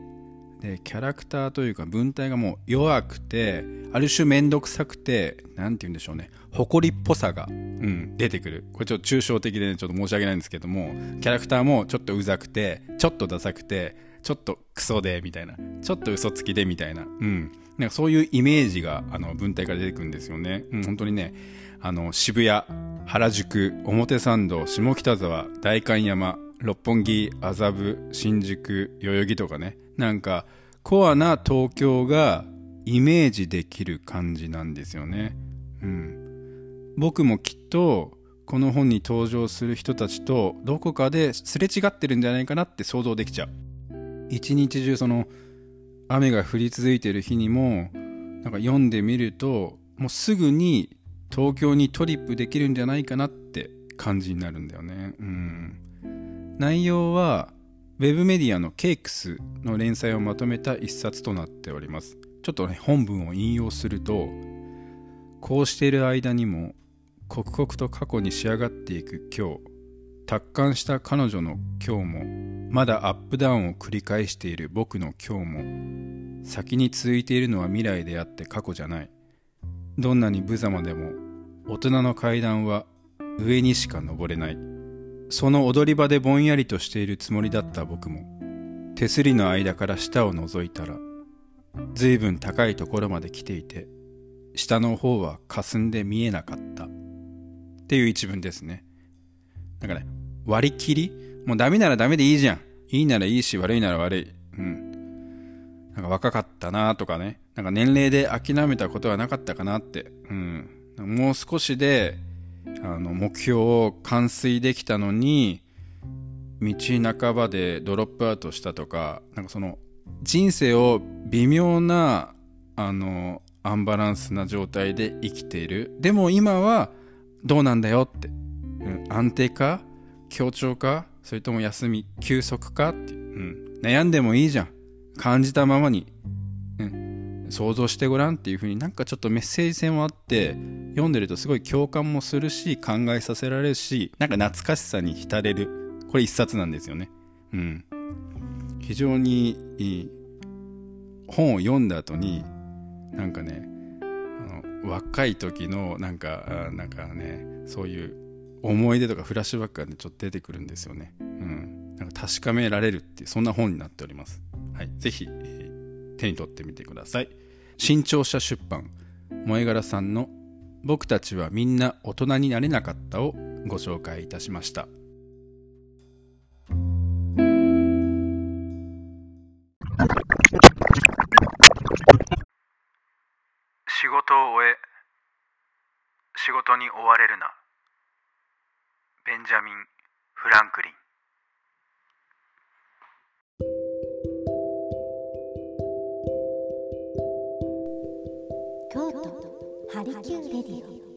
S2: でキャラクターというか文体がもう弱くてある種面倒くさくて何て言うんでしょうね誇りっぽさが、うん、出てくるこれちょっと抽象的で、ね、ちょっと申し訳ないんですけどもキャラクターもちょっとうざくてちょっとダサくてちょっとクソでみたいなちょっと嘘つきでみたいな,、うん、なんかそういうイメージがあの文体から出てくるんですよね、うん、本当にねあの渋谷原宿表参道下北沢代官山六本木麻布新宿代々木とかねなんかコアな東京がイメージできる感じなんですよね、うん、僕もきっとこの本に登場する人たちとどこかですれ違ってるんじゃないかなって想像できちゃう一日中その雨が降り続いてる日にもなんか読んでみるともうすぐに東京にトリップできるんじゃないかなって感じになるんだよねうん内容はウェブメディアのケイクスの連載をまとめた一冊となっております。ちょっとね、本文を引用すると、こうしている間にも、刻々と過去に仕上がっていく今日、達観した彼女の今日も、まだアップダウンを繰り返している僕の今日も、先に続いているのは未来であって過去じゃない。どんなに無様でも、大人の階段は上にしか登れない。その踊り場でぼんやりとしているつもりだった僕も、手すりの間から下を覗いたら、ずいぶん高いところまで来ていて、下の方は霞んで見えなかった。っていう一文ですね。なんかね、割り切りもうダメならダメでいいじゃん。いいならいいし、悪いなら悪い。うん。なんか若かったなとかね。なんか年齢で諦めたことはなかったかなって。うん。もう少しであの目標を完遂できたのに道半ばでドロップアウトしたとかなんかその人生を微妙なあのアンバランスな状態で生きているでも今はどうなんだよって、うん、安定か協調かそれとも休み休息かって、うん、悩んでもいいじゃん感じたままに、うん、想像してごらんっていう風になんかちょっとメッセージ性もあって読んでるとすごい共感もするし考えさせられるしなんか懐かしさに浸れるこれ一冊なんですよねうん非常にいい本を読んだ後になんかねあの若い時のなんかなんかねそういう思い出とかフラッシュバックが、ね、ちょっと出てくるんですよねうんなんか確かめられるっていうそんな本になっておりますはい是非、えー、手に取ってみてください新潮社出版萌柄さんの僕たちはみんな大人になれなかったをご紹介いたしました
S4: 仕事を終え仕事に追われるなベンジャミン・フランクリン
S3: 京都ハリキューレディオ